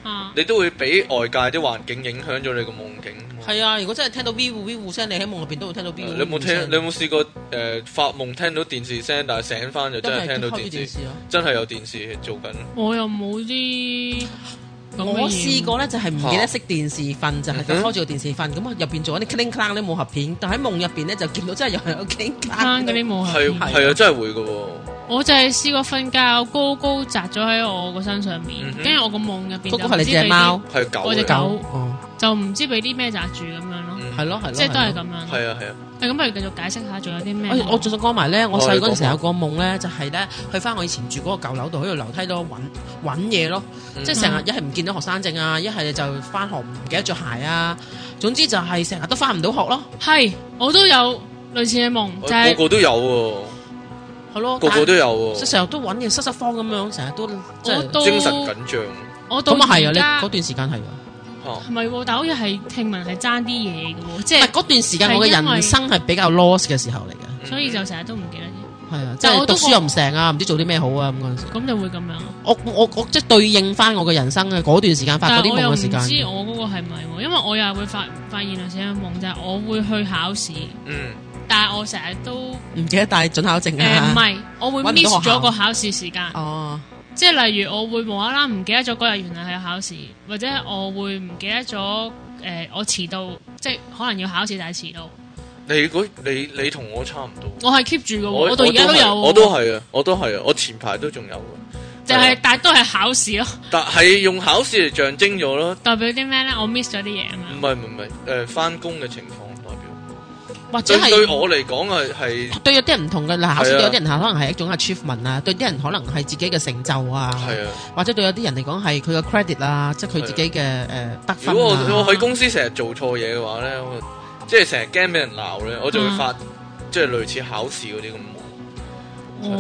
嚇
你都會俾外界啲環境影響咗你個夢境。
係啊，如果真係聽到 V 户 V 户聲，你喺夢入邊都會聽到 V 户。
你有冇聽？你有冇試過诶發夢聽到電視聲，但係醒翻就真係聽到
開住
電
電
視
視，啊！
真係有電視做緊。
我又冇啲咁嘅嘢
我試過咧，就係唔記得熄電視瞓，就係
嗯
開住個電視瞓，咁啊入邊做緊啲 cling clang 啲武俠片，但喺夢入邊咧就見到真係有人有 cling
翻
clang
嗰啲冇啊
係
係啊
係啊，真係會噶喎。
我就係試過瞓覺高高擲咗喺我個身上面
嗯，哼
跟住我個夢入邊
嗰
就
個係你
唔知俾
隻
啲
貓，
係狗
我隻
嚟
狗
㗎，
哦，
就唔知俾啲咩擲住咁樣咯，
嗯
係，咯係咯，
即係都係
咯。
咁樣。
係啊係啊，
誒咁不如繼續解釋下，仲有啲咩啊
哎
夢？
我仲想講埋咧，我細嗰陣時
哦你講埋
有個夢咧，就係咧去翻我以前住嗰個舊樓度，喺度樓梯度揾揾嘢咯，
嗯
即係成日一係唔見到學生證啊，一係就翻學唔記得着鞋啊，總之就係成日都翻唔到學咯，
係我都有類似嘅夢，就
我
係啊
個個都有喎。
係咯，
個個都有
但係
喎，
成日都揾嘢失失慌咁樣，成日都即
我
係。
到
精神緊張
我到
咁啊係
而
啊，你
家
嗰段時間係啊，
嚇
唔係喎，但好似係聽聞係爭啲嘢嘅喎，即
但係
係
嗰段時間我嘅人生係比較 lost 嘅時候嚟嘅，
所以就
嗯
成日都唔記得嘢，
係啊，即
但我
係
都
讀
覺
書又唔成啊，唔知做啲咩好啊咁嗰陣時。
咁就會咁樣。
我我我即係對應翻我嘅人生嘅嗰段時間發
但
嗰啲
我
夢
又唔
嘅時
知
間。
我嗰個係咪喎，因為我又會發發現類似嘅夢，就係我會去考試，
嗯，
但係我成日都 呃
唔記得帶準考
誒
證
唔
啊。
係，我會
搵唔到
miss
學校
咗個考試時間。
哦，
即係例如我會無啦啦唔記得咗嗰日原來係有考試，或者我會唔記得咗誒我遲到，即係可能要考試但係遲到，
你嗰你你同我差唔多，
我係 keep 住嘅喎，我到而家都有
係
喎，
我都係啊，我都係啊，我前排都仲有嘅，
就係、但係都係考試咯。
但係用考試嚟象徵咗咯，
代表啲咩咧？我 miss 咗啲嘢啊嘛
唔。係唔係唔係誒翻工嘅情況代表，
或者
對對
係
我嚟講係係
對有啲人唔同嘅嗱，
係
考試
啊
對有啲人可能係一種 achievement 啊，對啲人可能係自己嘅成就啊，
係啊，
或者對有啲人嚟講係佢嘅 credit 啊，即係佢自己嘅誒得
如果我
分
我
啊。
喺公司成日做錯嘢嘅話咧，我即係成日驚俾人鬧咧，我就會發即係類似考試嗰啲咁嘅夢。嗯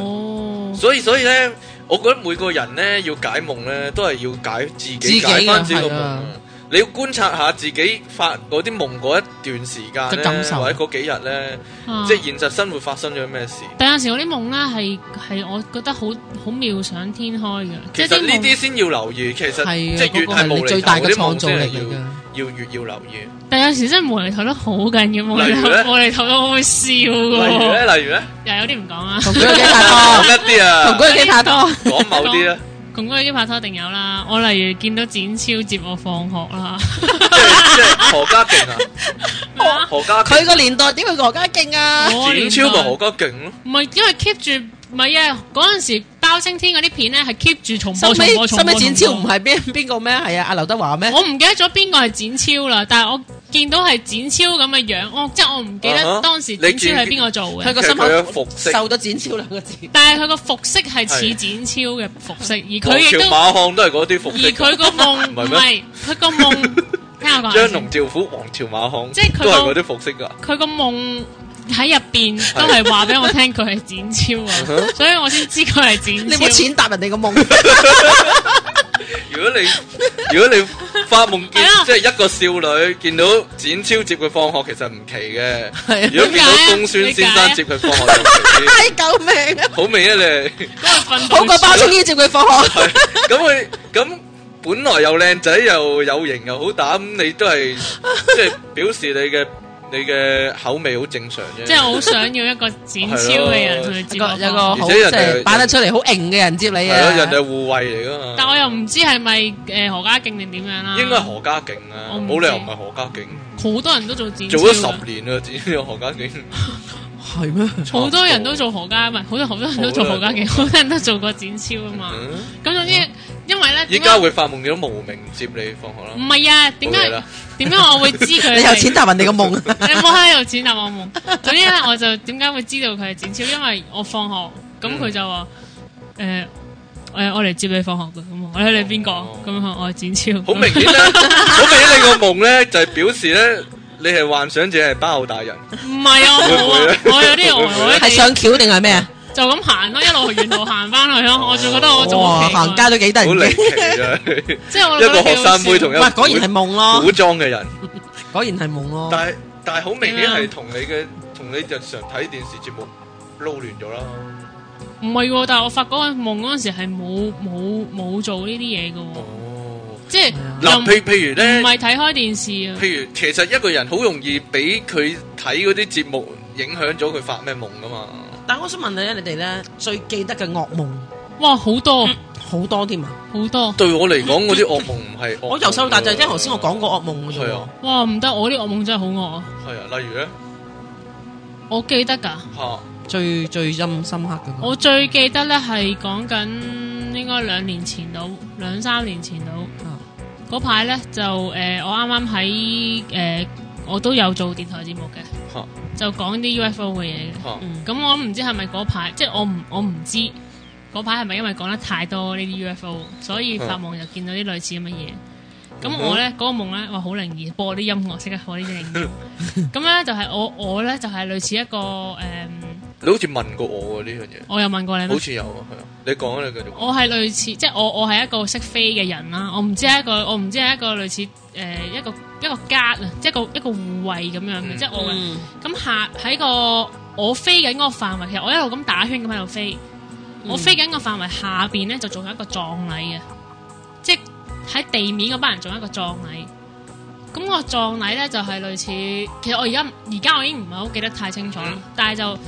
哦，
所以所以咧，我覺得每個人咧要解夢咧，都係要解自
自己
己
嘅
解翻自己個夢
係
啊
啊。
你要觀察下自己發嗰啲夢嗰一段時間
嘅感
咧，
受
或者嗰幾日咧，
啊
即係現實生活發生咗咩事。
但有陣時我啲夢咧係係我覺得好好妙想天開嘅，即
其
係
實
啲
呢
夢。
啲先要留意，其實
係啊
即係越
嗰個係
係無
你
厘
最
頭
大
嗰
嘅
啲
創
夢
造
先
力
係
嚟㗎。
要要越要留 意。
但有時真係無厘頭得好緊要，無厘
例如 咧
頭無厘頭到我會笑
例
嘅
如
喎。
咧，例如咧，
又有啲唔講啊，
同佢有幾 大
講
波，
一啲
同
啊，
佢有幾 大波。
講某啲咧，
同嗰啲拍拖一定有啦。我例如見到展超接我放學啦，
即係即係何家勁啊，何家勁
佢個年代點會何家勁啊？
我
展
年
超咪
代
何家勁咯。
唔係因為 keep 住，唔係啊！嗰陣時包青天嗰啲片咧係 keep 住重
收
播、重
尾
播、重
收
播、
尾展超
重
唔
播
係邊邊個咩？係啊，阿劉德華咩？
我唔記得咗邊個係展超啦，但係我見到係展超咁嘅樣，我即係我唔記
啊哈
得當時展超係邊個做
佢
嘅，
個
其實
心口
佢有服飾
受咗展超兩個字。
但係佢個服飾係似展超嘅服飾，而佢
王
亦
朝
都
馬漢都係嗰啲服
而
飾㗎。
佢個夢
唔
唔
係咩
係佢個 夢，聽我
張
講
龍
先，
趙虎、王朝馬漢，
即係佢
都係嗰
個
啲服飾噶。
佢個夢喺入邊都係話俾我聽佢係展超啊，所以我先知佢係
你冇
展超。
踐踏人哋個夢，
如果你如果你發夢見
係啊
即係一個少女見到展超接佢放學，其實唔奇嘅。
係啊
如果見
點解
到
啊
公孫
點
先
解
生
啊
接佢放學就唔奇啲，
唉救 命啊！
好味啊你！
嗰個
好過包
訓
青天接佢放學，
係 咁佢咁本來又靚仔又有型又好打，咁你 都係即係表示你嘅你嘅口味好正常啫。
即係我好想要一個展超嘅人去接我
有個有個
放學。
好
而
即
且人哋
係擺得出嚟好型嘅人接你
係咯，人哋
啊！
係護衛嚟噶嘛。
但我又唔知係咪誒何家勁定點樣啦。
應該係何家勁啊，
我唔
冇理由唔
知
係何家勁。
好多人都做展超
做
㗎，
咗十年啦，只有何家勁，
係咩？
好多人都做何家，唔係好多好多人都做何家勁，好多人都做過展超啊嘛。
嗯
咁總之，因為咧，
依
點
家
解
會發夢見到無名接你放學
唔
啦。
係啊？點
冇嘢
解
啦
點解我會知 佢係？
你又踐踏人哋個夢，
你冇喺度踐踏我夢。總之咧，我就點解會知道佢係展超？因為我放學，
嗯
咁佢就話誒誒，我嚟接你放學嘅咁啊。我話你係邊個？
哦
咁啊，我係展超。
好明 顯咧，好明顯你個夢咧就係表示咧，你係幻想自己係包大人，
唔係啊，
會唔會
我
咧
冇啊我有啲 呆
會唔會咧
呆 地
係上橋定係咩啊？
就咁行咯，一路沿路行翻去咯，我就覺得我仲
哇！行街，都幾得
好
人
離
驚，
奇啊！
即係我
一個學生妹同
一
一個
哇！果然係夢咯
古，裝嘅人，
果然係夢咯。
但係但係好明顯係同你嘅同你日常睇電視節目撈亂咗啦。
唔係喎，但係我發嗰個夢嗰陣時係冇冇冇做呢啲嘢嘅喎，
哦，
即係又
嗱，
唔
譬譬如咧
唔。係睇開電視啊，
譬如其實一個人好容易俾佢睇嗰啲節目影響咗佢發咩夢噶嘛，
但係我想問你咧，你哋咧最記得嘅噩夢
哇好多
嗯
好多添啊！
好多，
對我嚟講嗰啲噩夢唔係
我由細到大就係聽頭先我講過噩夢嘅啫
係啊
喎。
哇唔得，我啲噩夢真係好惡啊，
係啊，例如咧
我記得㗎。
吓，嚇
最最深深刻嘅。
我最記得咧係講緊應該兩年前到，兩三年前到
啊
嗰排咧就誒、呃我啱啱喺誒我都有做電台節目嘅，
嚇
就講啲 UFO 嘅嘢嘅。
嚇
嗯
咁我唔知係咪嗰排，即係我唔我唔知嗰排係咪因為講得太多呢啲 UFO，所以發夢就見到啲類似咁嘅嘢。咁我
嗯
咧嗰、個夢咧，哇好靈異，播啲音樂識得播啲靈異。 咁咧就係、我我咧就係、類似一個誒、
你好似問過我喎呢樣嘢，
我有問過你咩
好？似有啊，係啊，你講啊，你繼續講。
我係類似，即係我我係一個識飛嘅人啦。我唔知係一個，我唔知係一個類似誒、呃一個一個 guard 啊，即係一個一個護衛咁樣嘅，
嗯
即係我嘅。
嗯
咁下喺個我飛緊嗰個範圍，其實我一路咁打圈咁喺度飛。我飛緊個範圍下邊咧就做緊一個葬禮嘅，即係喺地面嗰班人做緊一個葬禮。咁、個葬禮咧就係、類似，其實我而家而家我已經唔係好記得太清楚啦，但係就誒、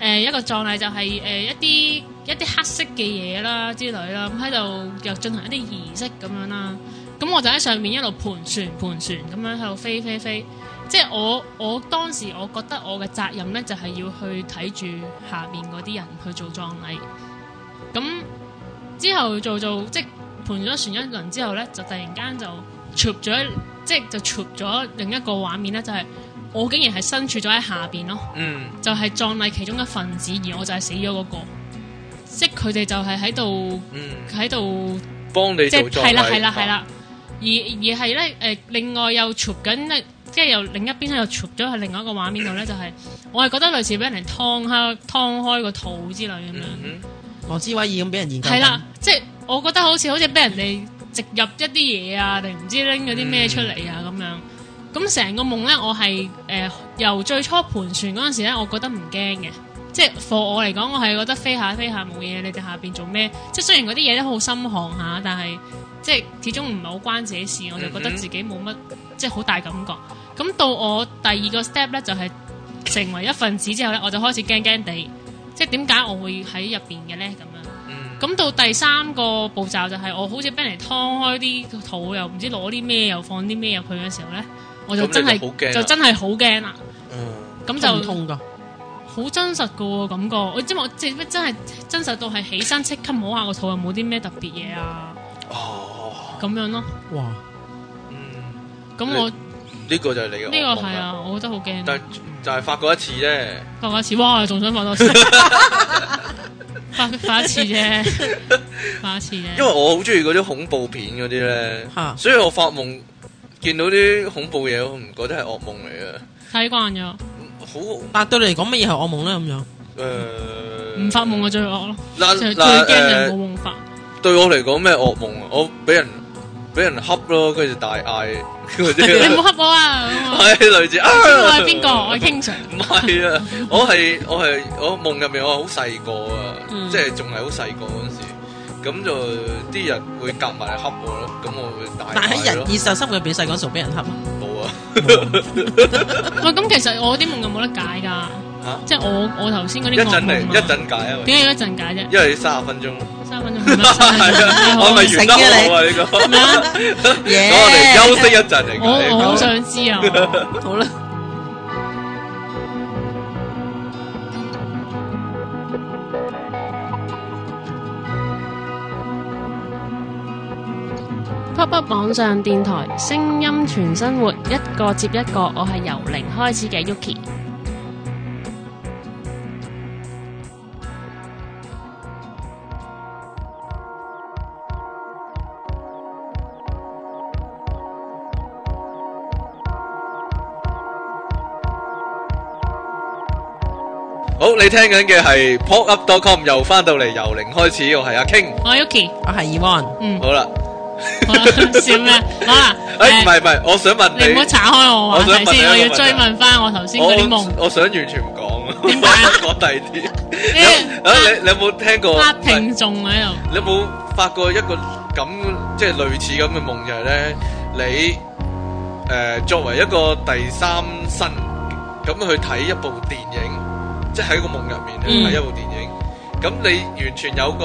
呃一個葬禮就係、誒、一啲一啲黑色嘅嘢啦之類啦，咁喺度又進行一啲儀式咁樣啦。咁我就喺上面一路盤旋盤旋咁樣喺度飛飛飛，即係我我當時我覺得我嘅責任咧就係、要去睇住下面嗰啲人去做葬禮。咁之後做做即係盤咗旋一輪之後咧，就突然間就撮咗，即係就撮咗另一個畫面咧，就係、我竟然係身處咗喺下邊咯，
嗯，
就係、葬禮其中一份子，而我就係死咗嗰、個，即係佢哋就係喺度
嗯，
喺度
幫你
即
做
係
哦裝
係啦係啦係，啦，而而係咧誒，另外又撮緊咧，即係由另一邊又撮咗喺另外一個畫面度咧，就係、我係覺得類似俾人哋劏開劏開個肚之類咁樣。
嗯
羅志偉爾咁俾人研究緊。
係啦，即係我覺得好似好似俾人哋植入一啲嘢啊，定唔知拎咗啲
嗯
咩出嚟啊咁樣。咁成個夢咧，我係誒、呃由最初盤旋嗰陣時咧，我覺得唔驚嘅。即係 for 我嚟講，我係覺得飛下飛下冇嘢，你哋下邊做咩？即係雖然嗰啲嘢都好心寒下，但係即係始終唔係好關自己事，我就覺得
嗯哼
自己冇乜即係好大感覺。咁到我第二個 step 咧，就係、成為一份子之後咧，我就開始驚驚地，即係點解我會喺入邊嘅咧咁樣。
嗯
咁到第三個步驟就係我好似俾人哋劏開啲肚，又唔知攞啲咩，又放啲咩入去嘅時候咧，我就
咁
真
你
係
就好驚啦
就真係好驚啦。
嗯
咁
痛唔
就
痛㗎？
好真實噶喎感覺，我知我即係真係真實到係起身即刻摸下個肚，有冇啲咩特別嘢啊
哦，
咁樣咯。
哇！
嗯，
咁
你
我
呢個就係你嘅
呢
噩夢
個係
啦，
啊，我覺得好驚
但。就係發過一次啫，
發過一次，哇！我仲想發多次， 發發一次啫，發一次啫。
因為我好中意嗰啲恐怖片嗰啲咧
嚇，
所以我發夢見到啲恐怖嘢，我唔覺得係噩夢嚟嘅，
睇慣咗，
好
但對你嚟講，乜嘢係噩夢咧？咁
誒，
樣
唔發夢啊我最惡咯，
嗱
最最
啊嗱
驚就
誒
係冇夢發。
對我嚟講咩噩夢啊？我俾人俾人恰咯，跟住大嗌 嗰
你唔
啲，
好恰我 啊！咁啊
係類似啊！
我係邊個？我係 King Sir。
唔係啊！我係我係我夢入面我好細個啊，
嗯
即係仲係好細個嗰陣時，咁就啲人會夾埋嚟恰我咯，咁我會大
但喺
嗌
人
咯，
現實生活入邊，細個嗰時候俾人恰啊。
冇啊！
喂，咁其實我啲夢有冇得解㗎？
嚇
即係我我頭先嗰啲
一陣
噩夢
嚟
啊
一陣解啊！
點解要一陣解啫？
因為三十分鐘，
三分鐘唔得三分
係啊，我
鐘
咪完得好啊呢個，
咩啊
咁我哋休息一陣嚟
我我好
解。
想知 啊！我
好啦。
Pop Up 網上電台，聲音全生活，一個接一個。我係由零開始嘅 Yuki。
好，你聽緊嘅係 pop up com 又翻到嚟由零開始，我係阿 King。
我係 Yuki，
我係 Evan，
嗯，
好啦，
好啦，笑 咩？好啦，
诶，唔
誒
係唔係，我想問
你唔好
你，
岔開我話題
我想問你一
先，
個
我要
問題
追問翻我頭先嗰啲夢。
我我想完全唔講啊，
點解啊
我想講第二啲。
呢
啊，你你有冇聽過？
發聽眾喺度，
你有冇發過一個咁即係類似咁嘅夢就係咧，你诶作為一個第三身咁去睇一部電影，即係喺個夢入面
嗯
你睇一部電影，咁你完全有個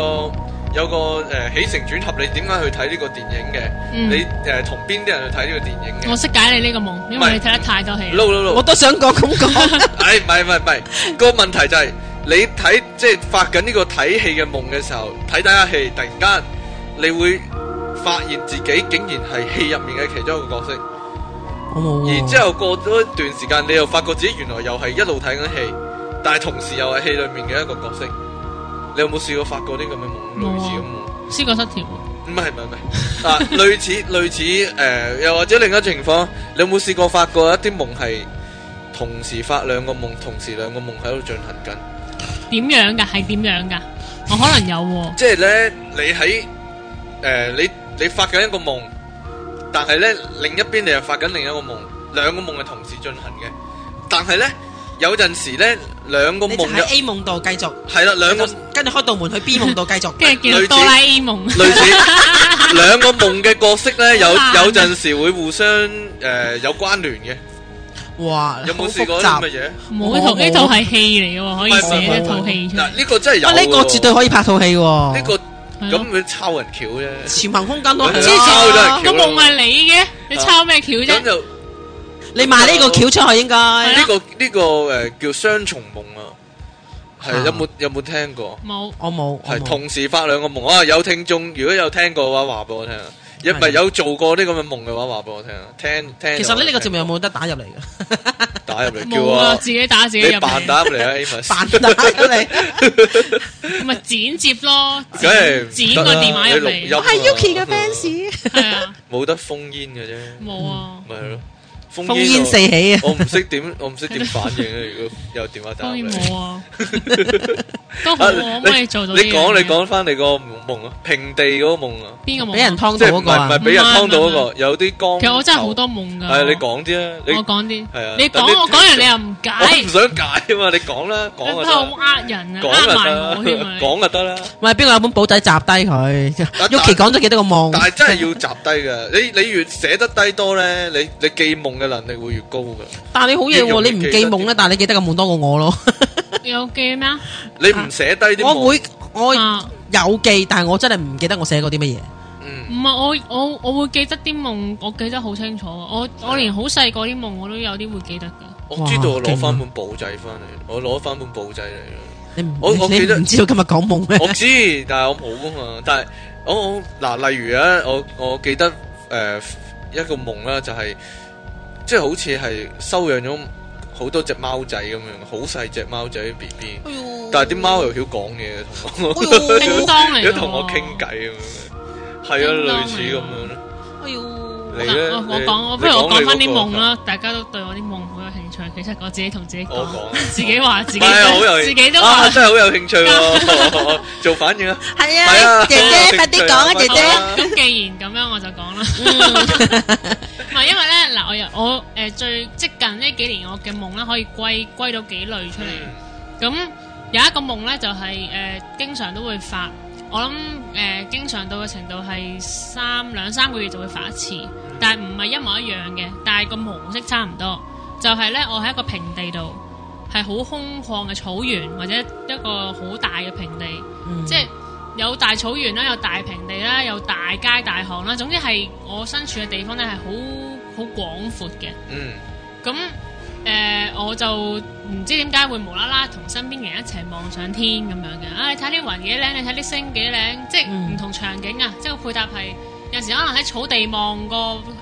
有個诶起承轉合，你點解去睇呢個電影嘅？
嗯
你诶同邊啲人去睇呢個電影嘅
我？識解你呢個夢，因
唔係
為你睇得太多戲啦。
撈撈撈
我都想講咁講，
唉，哎唔係唔係唔係，個問題就係、你睇即係發緊呢個睇戲嘅夢嘅時候，睇睇下戲，突然間你會發現自己竟然係戲入面嘅其中一個角色，
我冇喎。
然之後過咗一段時間，你又發覺自己原來又係一路睇緊戲，但係同時又係戲裡面嘅一個角色。你有冇試過發過啲咁嘅夢，類似咁嘅夢？
思覺失調，
唔係唔係唔係， 啊，類似類似誒、呃又或者另一情況，你有冇試過發過一啲夢係同時發兩個夢，同時兩個夢喺度進行緊？
點樣㗎？係點樣㗎？我可能有喎。
即係咧，你喺誒、呃你你發緊一個夢，但係咧另一邊你又發緊另一個夢，兩個夢係同時進行嘅。但係咧有陣時咧兩個
你就
夢入
喺 A 夢度繼續，
係啦，兩個
跟住開道門去 B 夢度繼 續。
跟住見到哆啦 A 夢，
類 似兩個夢嘅角色咧，有有陣時會互相誒、呃有關聯嘅。
哇，
有冇
好
試過呢啲
複雜
咁嘅嘢？
冇呢套
冇
呢套係戲嚟嘅喎，可以寫一套戲出嚟
嗱，。呢個真係有
哇！啊呢個
喎
絕對可以拍套戲喎。
呢個
係咯
咁佢抄人橋啫，
潛行空間都
之
係
之
前抄都係
前
橋
個
咯
夢係你嘅，你抄咩橋
咁
啫？
就
你賣呢個橋出去應該
係
呢
啊
個呢個誒叫雙重夢啊，係
啊
有冇有冇聽過？
冇
我冇，我
係
冇
同時發兩個夢啊！有聽眾如果有聽過嘅話，話俾我聽啊。一唔
係
係有做過呢咁嘅夢嘅話，話俾我聽啊。聽聽。
其實呢呢個節目有冇得打入嚟嘅？
打入嚟叫
冇啊！
我？
自己打自己入
你扮
嚟，
打入嚟啊，Amos！
扮打入嚟，
咪剪接咯，
梗係
剪剪個電話入嚟，
我
哦
係 Yuki 嘅 fans。
係啊，
啊冇得封煙嘅啫，
冇啊，
咪係咯。封
烽
煙
煙
就
四起啊！
我唔識點，我唔識點反應啊！如果有電話打
當
入
然
嚟。
冇啊，都好啊，可唔可以做到呢樣
你
嘢？
講你講翻你個夢啊，平地嗰個夢啊，
邊個夢？
俾人劏
即
到
係唔
嗰個
係唔係
啊！
俾人
唔係
劏到嗰
唔
個，有啲光頭。
其實我真係好多夢㗎。
係你講啲啊，你
我講啲
係啊，
你
但
講
你
我講完你又唔
我唔
解，
想解啊嘛，你講啦，講
都
就
好
得，
呃人啊，
講
呃
就
埋我
得
添啊
啦，
你！
講 就得啦。
喂，邊個有本簿仔集低佢？Yuki 講咗幾多個
但
夢？
係真係要集低㗎，你你越寫得低多咧，你你記夢嘅能力會越高㗎。
但係你好嘢喎，你唔
記
記
得
夢咧，但係你記得個夢多過我咯。
有記咩啊？
你唔寫低啲夢，
我會我
啊
有記，但係我真係唔記得我寫過啲乜嘢。
嗯
唔係我我我會記得啲夢，我記得好清楚啊。我我連好細個啲夢我都有啲會記得㗎。
我知道我攞
哇勁
翻
啊
本簿仔翻嚟，我攞翻本簿仔嚟啦。
你唔
我我
你
記得
唔知道今日講夢 咩？
我知，但係我冇噶嘛。但係我我嗱，例如啊，我我記得誒、呃一個夢啦，就係、即係好似係收養咗好多隻貓仔咁樣，好細只貓仔 B B，但
嗯
係啲貓又曉講嘢嘅，同我
哎
叮
呦
當嚟㗎
有
喎
同我傾偈咁樣，係
叮當
啊，類似咁樣咯。
哎呦
你咧
我我
你
講，我不如我
你講你
講翻啲
嗰個
夢啦，大家都對我啲夢好有興趣。其實我自己同自己
我
講，
講，啊
自己話自己
係好有，
自己都
啊，
話。
真係好有興 趣喎，做反應啊！
係
係啊
啊，姐姐快啲講啊，姐
好
姐。
啦咁既然咁樣，我就講啦。
嗯
唔係因為咧，嗱，我又我誒最即近呢幾年我嘅夢咧，可以歸歸到幾類出嚟。咁有一個夢咧，就係、誒、經常都會發，我諗誒、呃經常到嘅程度係三兩三個月就會發一次，但係唔係一模一樣嘅，但係個模式差唔多。就係咧，我喺一個平地度，係好空曠嘅草原或者一個好大嘅平地，
嗯
即係有大草原啦，有大平地啦，有大街大巷啦，總之係我身處嘅地方咧係好好廣闊嘅。
嗯，
咁誒、呃我就唔知點解會無啦啦同身邊嘅人一齊望上天咁樣嘅。啊，你睇啲雲幾靚，你睇啲星幾靚，即係
嗯
唔同場景啊，即係個配搭係。有陣時可能喺草地望個誒誒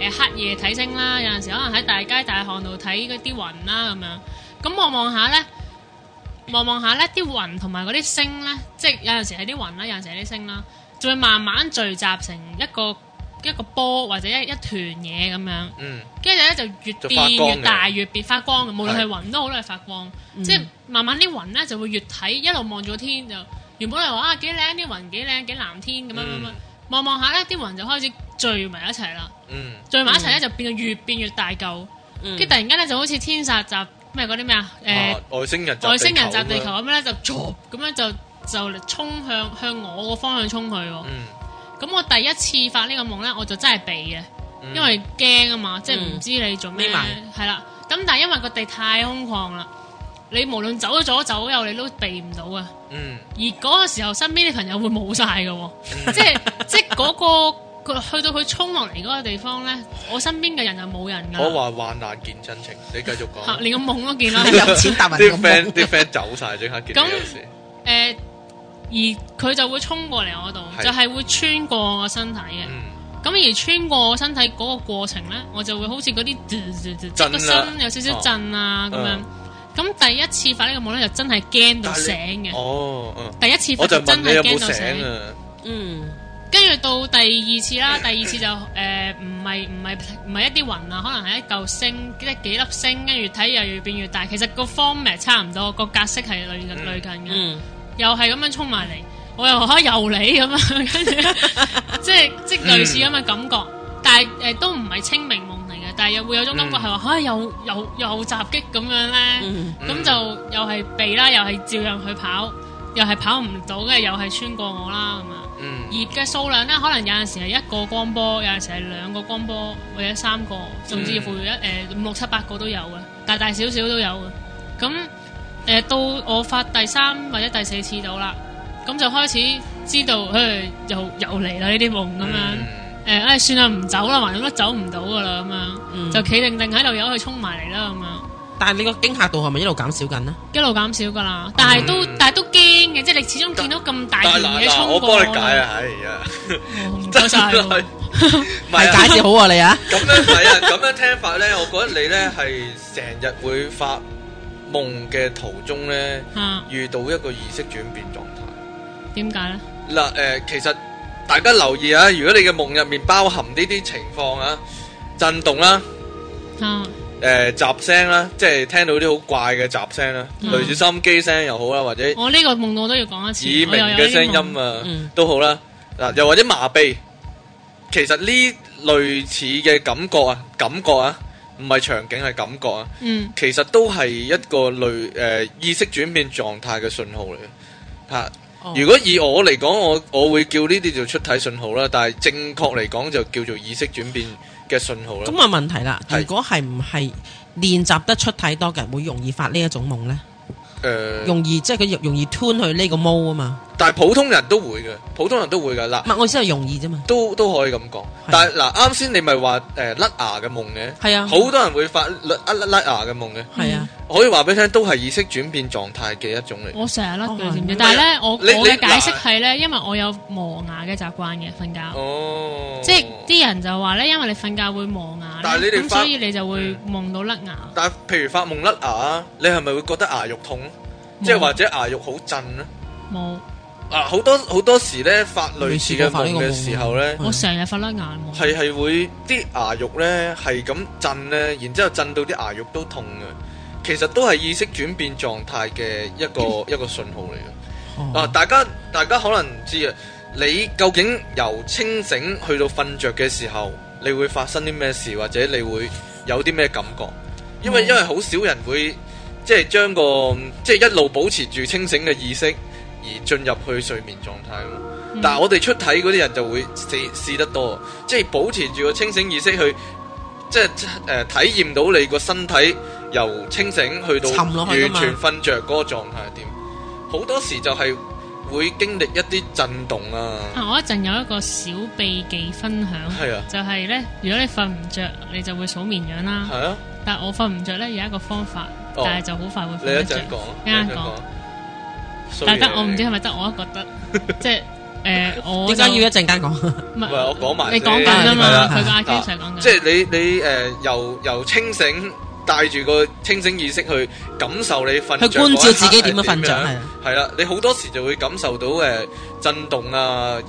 黑夜睇星啦，有陣時可能喺大街大巷度睇嗰啲雲啦咁樣。咁望望下咧，望望下咧，啲雲同埋嗰啲星咧，即係有陣時係啲雲啦，有陣時係啲星啦，就會慢慢聚集成一個一個波或者一一團嘢咁樣。
嗯，
跟住咧就越
就發
變
光
越
嘅
大，越變發光嘅。無論
係
係雲都好啦，係發光。即係慢慢啲雲咧就會越睇，一路望住個天就原本係話啊幾靚啲雲幾靚幾藍天咁樣咁樣
嗯，
望望下咧啲雲就開始聚埋一齊啦，
嗯，
聚埋一齊咧就變到越變越大嚿，
嗯
跟住突然間咧就好似天煞集咩嗰啲咩啊誒
啊外星人
外星人
集啊
集地球咁樣咧就咁樣就就衝向向我個方向衝去喎。
嗯。
咁我第一次發呢個夢咧，我就真係避嘅，因為驚啊嘛，即係唔
嗯
知你做咩
匿埋，
係啦。咁但係因為個地太空曠啦，你無論走左走右，你都避唔到啊。
嗯
而嗰個時候，身邊啲朋友會冇晒嘅
嗯
喎，即係即係嗰個佢去到佢衝落嚟嗰個地方咧，我身邊嘅人就冇人
我
㗎啦，
話患難見真情，你繼續
嚇
講。
連個夢都 見啦。
你有錢答人
啲
咁
friend
夢
啲 friend 走晒，即刻見
咁
你有事。
誒，而佢就會衝過嚟我度，
係
就係會穿過我身體嘅。
嗯，
咁而穿過我身體嗰個過程咧，我就會好似嗰啲嘟嘟嘟即係個
震啦
身有少少震啊咁樣
嗯。
咁第一次發呢個夢咧，就真係驚到
但
醒
係你
嘅。
哦，嗯，
第一次發
我就問
真
你
係
有冇
驚到醒
醒。啊？
嗯，
跟住到第二次啦， 第二次就誒呃唔係唔係唔係一啲雲啊，可能係一嚿星，即係幾粒星，跟住睇又越變越大。其實個 format 差唔多，個格式係類近
嗯
類近嘅。
嗯，
又係咁樣衝埋嚟，我又嚇又你咁樣， 跟住即係即係類似咁嘅感覺，但係誒、呃都唔係清明夢嚟嘅，但係又會有種感覺係話嚇又又又襲擊咁樣咧，
嗯
咁、就又係避啦，又係照樣去跑，又係跑唔到嘅，又係穿過我啦咁啊！而
嗯，
嘅數量咧，可能有陣時係一個光波，有陣時係兩個光波，或者三個，甚至乎一誒五六七八個都有嘅，大大小小都有嘅。咁誒、呃到我發第三或者第四次到啦，咁就開始知道，誒又又嚟啦呢啲夢咁樣。誒、唉算啦，唔走啦，還有得走唔到噶啦，咁樣、
嗯
就企定定喺度，由佢衝埋嚟啦，咁樣。
但係你個驚嚇度係咪一路減少緊呢？
一路減少噶啦，但係都、
嗯
但係都驚嘅，即係你始終見到咁大
但
件
係
嘢
嗱嗱，
衝
我
過
幫
我
你解，啊，係啊，
哦唔該晒
真
喎
係。唔
係
係啊
解。釋好啊你啊，
咁樣睇啊，咁樣聽法咧，我覺得你咧係成日會發夢嘅途中咧，
啊，
遇到一個意識轉變狀態。
點解咧？
嗱，誒、其實大家留意啊，如果你嘅夢入面包含呢啲情況啊，震動啦、
啊，
誒、雜聲啦，即係聽到啲好怪嘅雜聲啦，
嗯
類似收音機聲又好啦，或者耳
我呢個夢我都要講一次，
鳴
我又有呢
嘅
啲
聲音
夢
啊，
嗯
都好啦。嗱，又或者麻痹，其實呢類似嘅感覺啊，感覺啊，唔係場景係感覺啊。
嗯，
其實都係一個類誒、呃意識轉變狀態嘅信號嚟嘅嚇。
哦
如果以我嚟講，我我會叫呢啲叫出體信號啦，但係正確嚟講就叫做意識轉變嘅信號啦。
咁啊問題啦，
係
如果係唔係練習得出體多嘅人會容易發呢一種夢呢？
誒、
容易即係佢容易 turn 去呢個 mode 啊嘛，
但係普通人都會嘅，普通人都會嘅嗱
唔，係我意思係容易啫嘛，
都都可以咁講。但係嗱，啱先你咪話誒甩牙嘅夢嘅，
係啊，
好多人會發甩甩甩牙嘅夢嘅，
係啊，
可以話俾你聽，都係意識轉變狀態嘅一種嚟。
我成日甩嘅，
哦
知唔
係
知？但係咧，我
你
我嘅
你
解釋
嗱
係咧，因為我有磨牙嘅習慣嘅瞓覺，
哦，
即係啲人就話咧，因為你瞓覺會磨牙
但係你
咧，
哋
咁
發嗯
所以你就會夢到甩牙。
但係譬如發夢甩牙，你係咪會覺得牙肉痛？啊
嗯
即係或者牙肉好震咧？
冇，
啊，好多好多時咧發類似嘅
未試過發
夢
呢個夢
嘅
啊
時候咧，
我成日瞓甩牙冇。
係係會啲牙肉咧係咁震咧，然之後震到啲牙肉都痛嘅。其實都係意識轉變狀態嘅一個一個信號嚟嘅。啊，
哦
大家大家可能唔知啊，你究竟由清醒去到瞓着嘅時候，你會發生啲咩事，或者你會有啲咩感覺？因
嗯
為因為好少人會即係將個即係一路保持住清醒嘅意識而進入去睡眠狀態咯。
嗯
但係我哋出體嗰啲人就會試試得多，即係保持住個清醒意識去，即係誒、呃體驗到你個身體由清醒去到
沉落去
完
㗎嘛
全瞓着嗰個狀態係點。好多時就係會經歷一啲震動啊，
啊，我一陣有一個小秘技分享，
係啊，
就係咧，如果你瞓唔着，你就會數綿羊啦。
係啊，
但係我瞓唔着咧，有一個方法，
哦
但係就好快會瞓
你一
得
陣
着。
講，
啱
你
講
一陣講，
大
Sorry
家
啊
我唔知
你
係咪得我一覺得， 即係誒我
點解
就
要一陣間講？
唔
唔係我講埋
你
先
講緊啊
係
嘛，
啦
佢個阿 Ken
啊
Sir 講緊，
即係你你誒、呃由由清醒帶住個清醒意識去感受你瞓
去
着嗰
觀
一
照自己
刻係
點樣瞓着
樣
係啊
係啦，你好多時就會感受到誒、呃震動啊，耳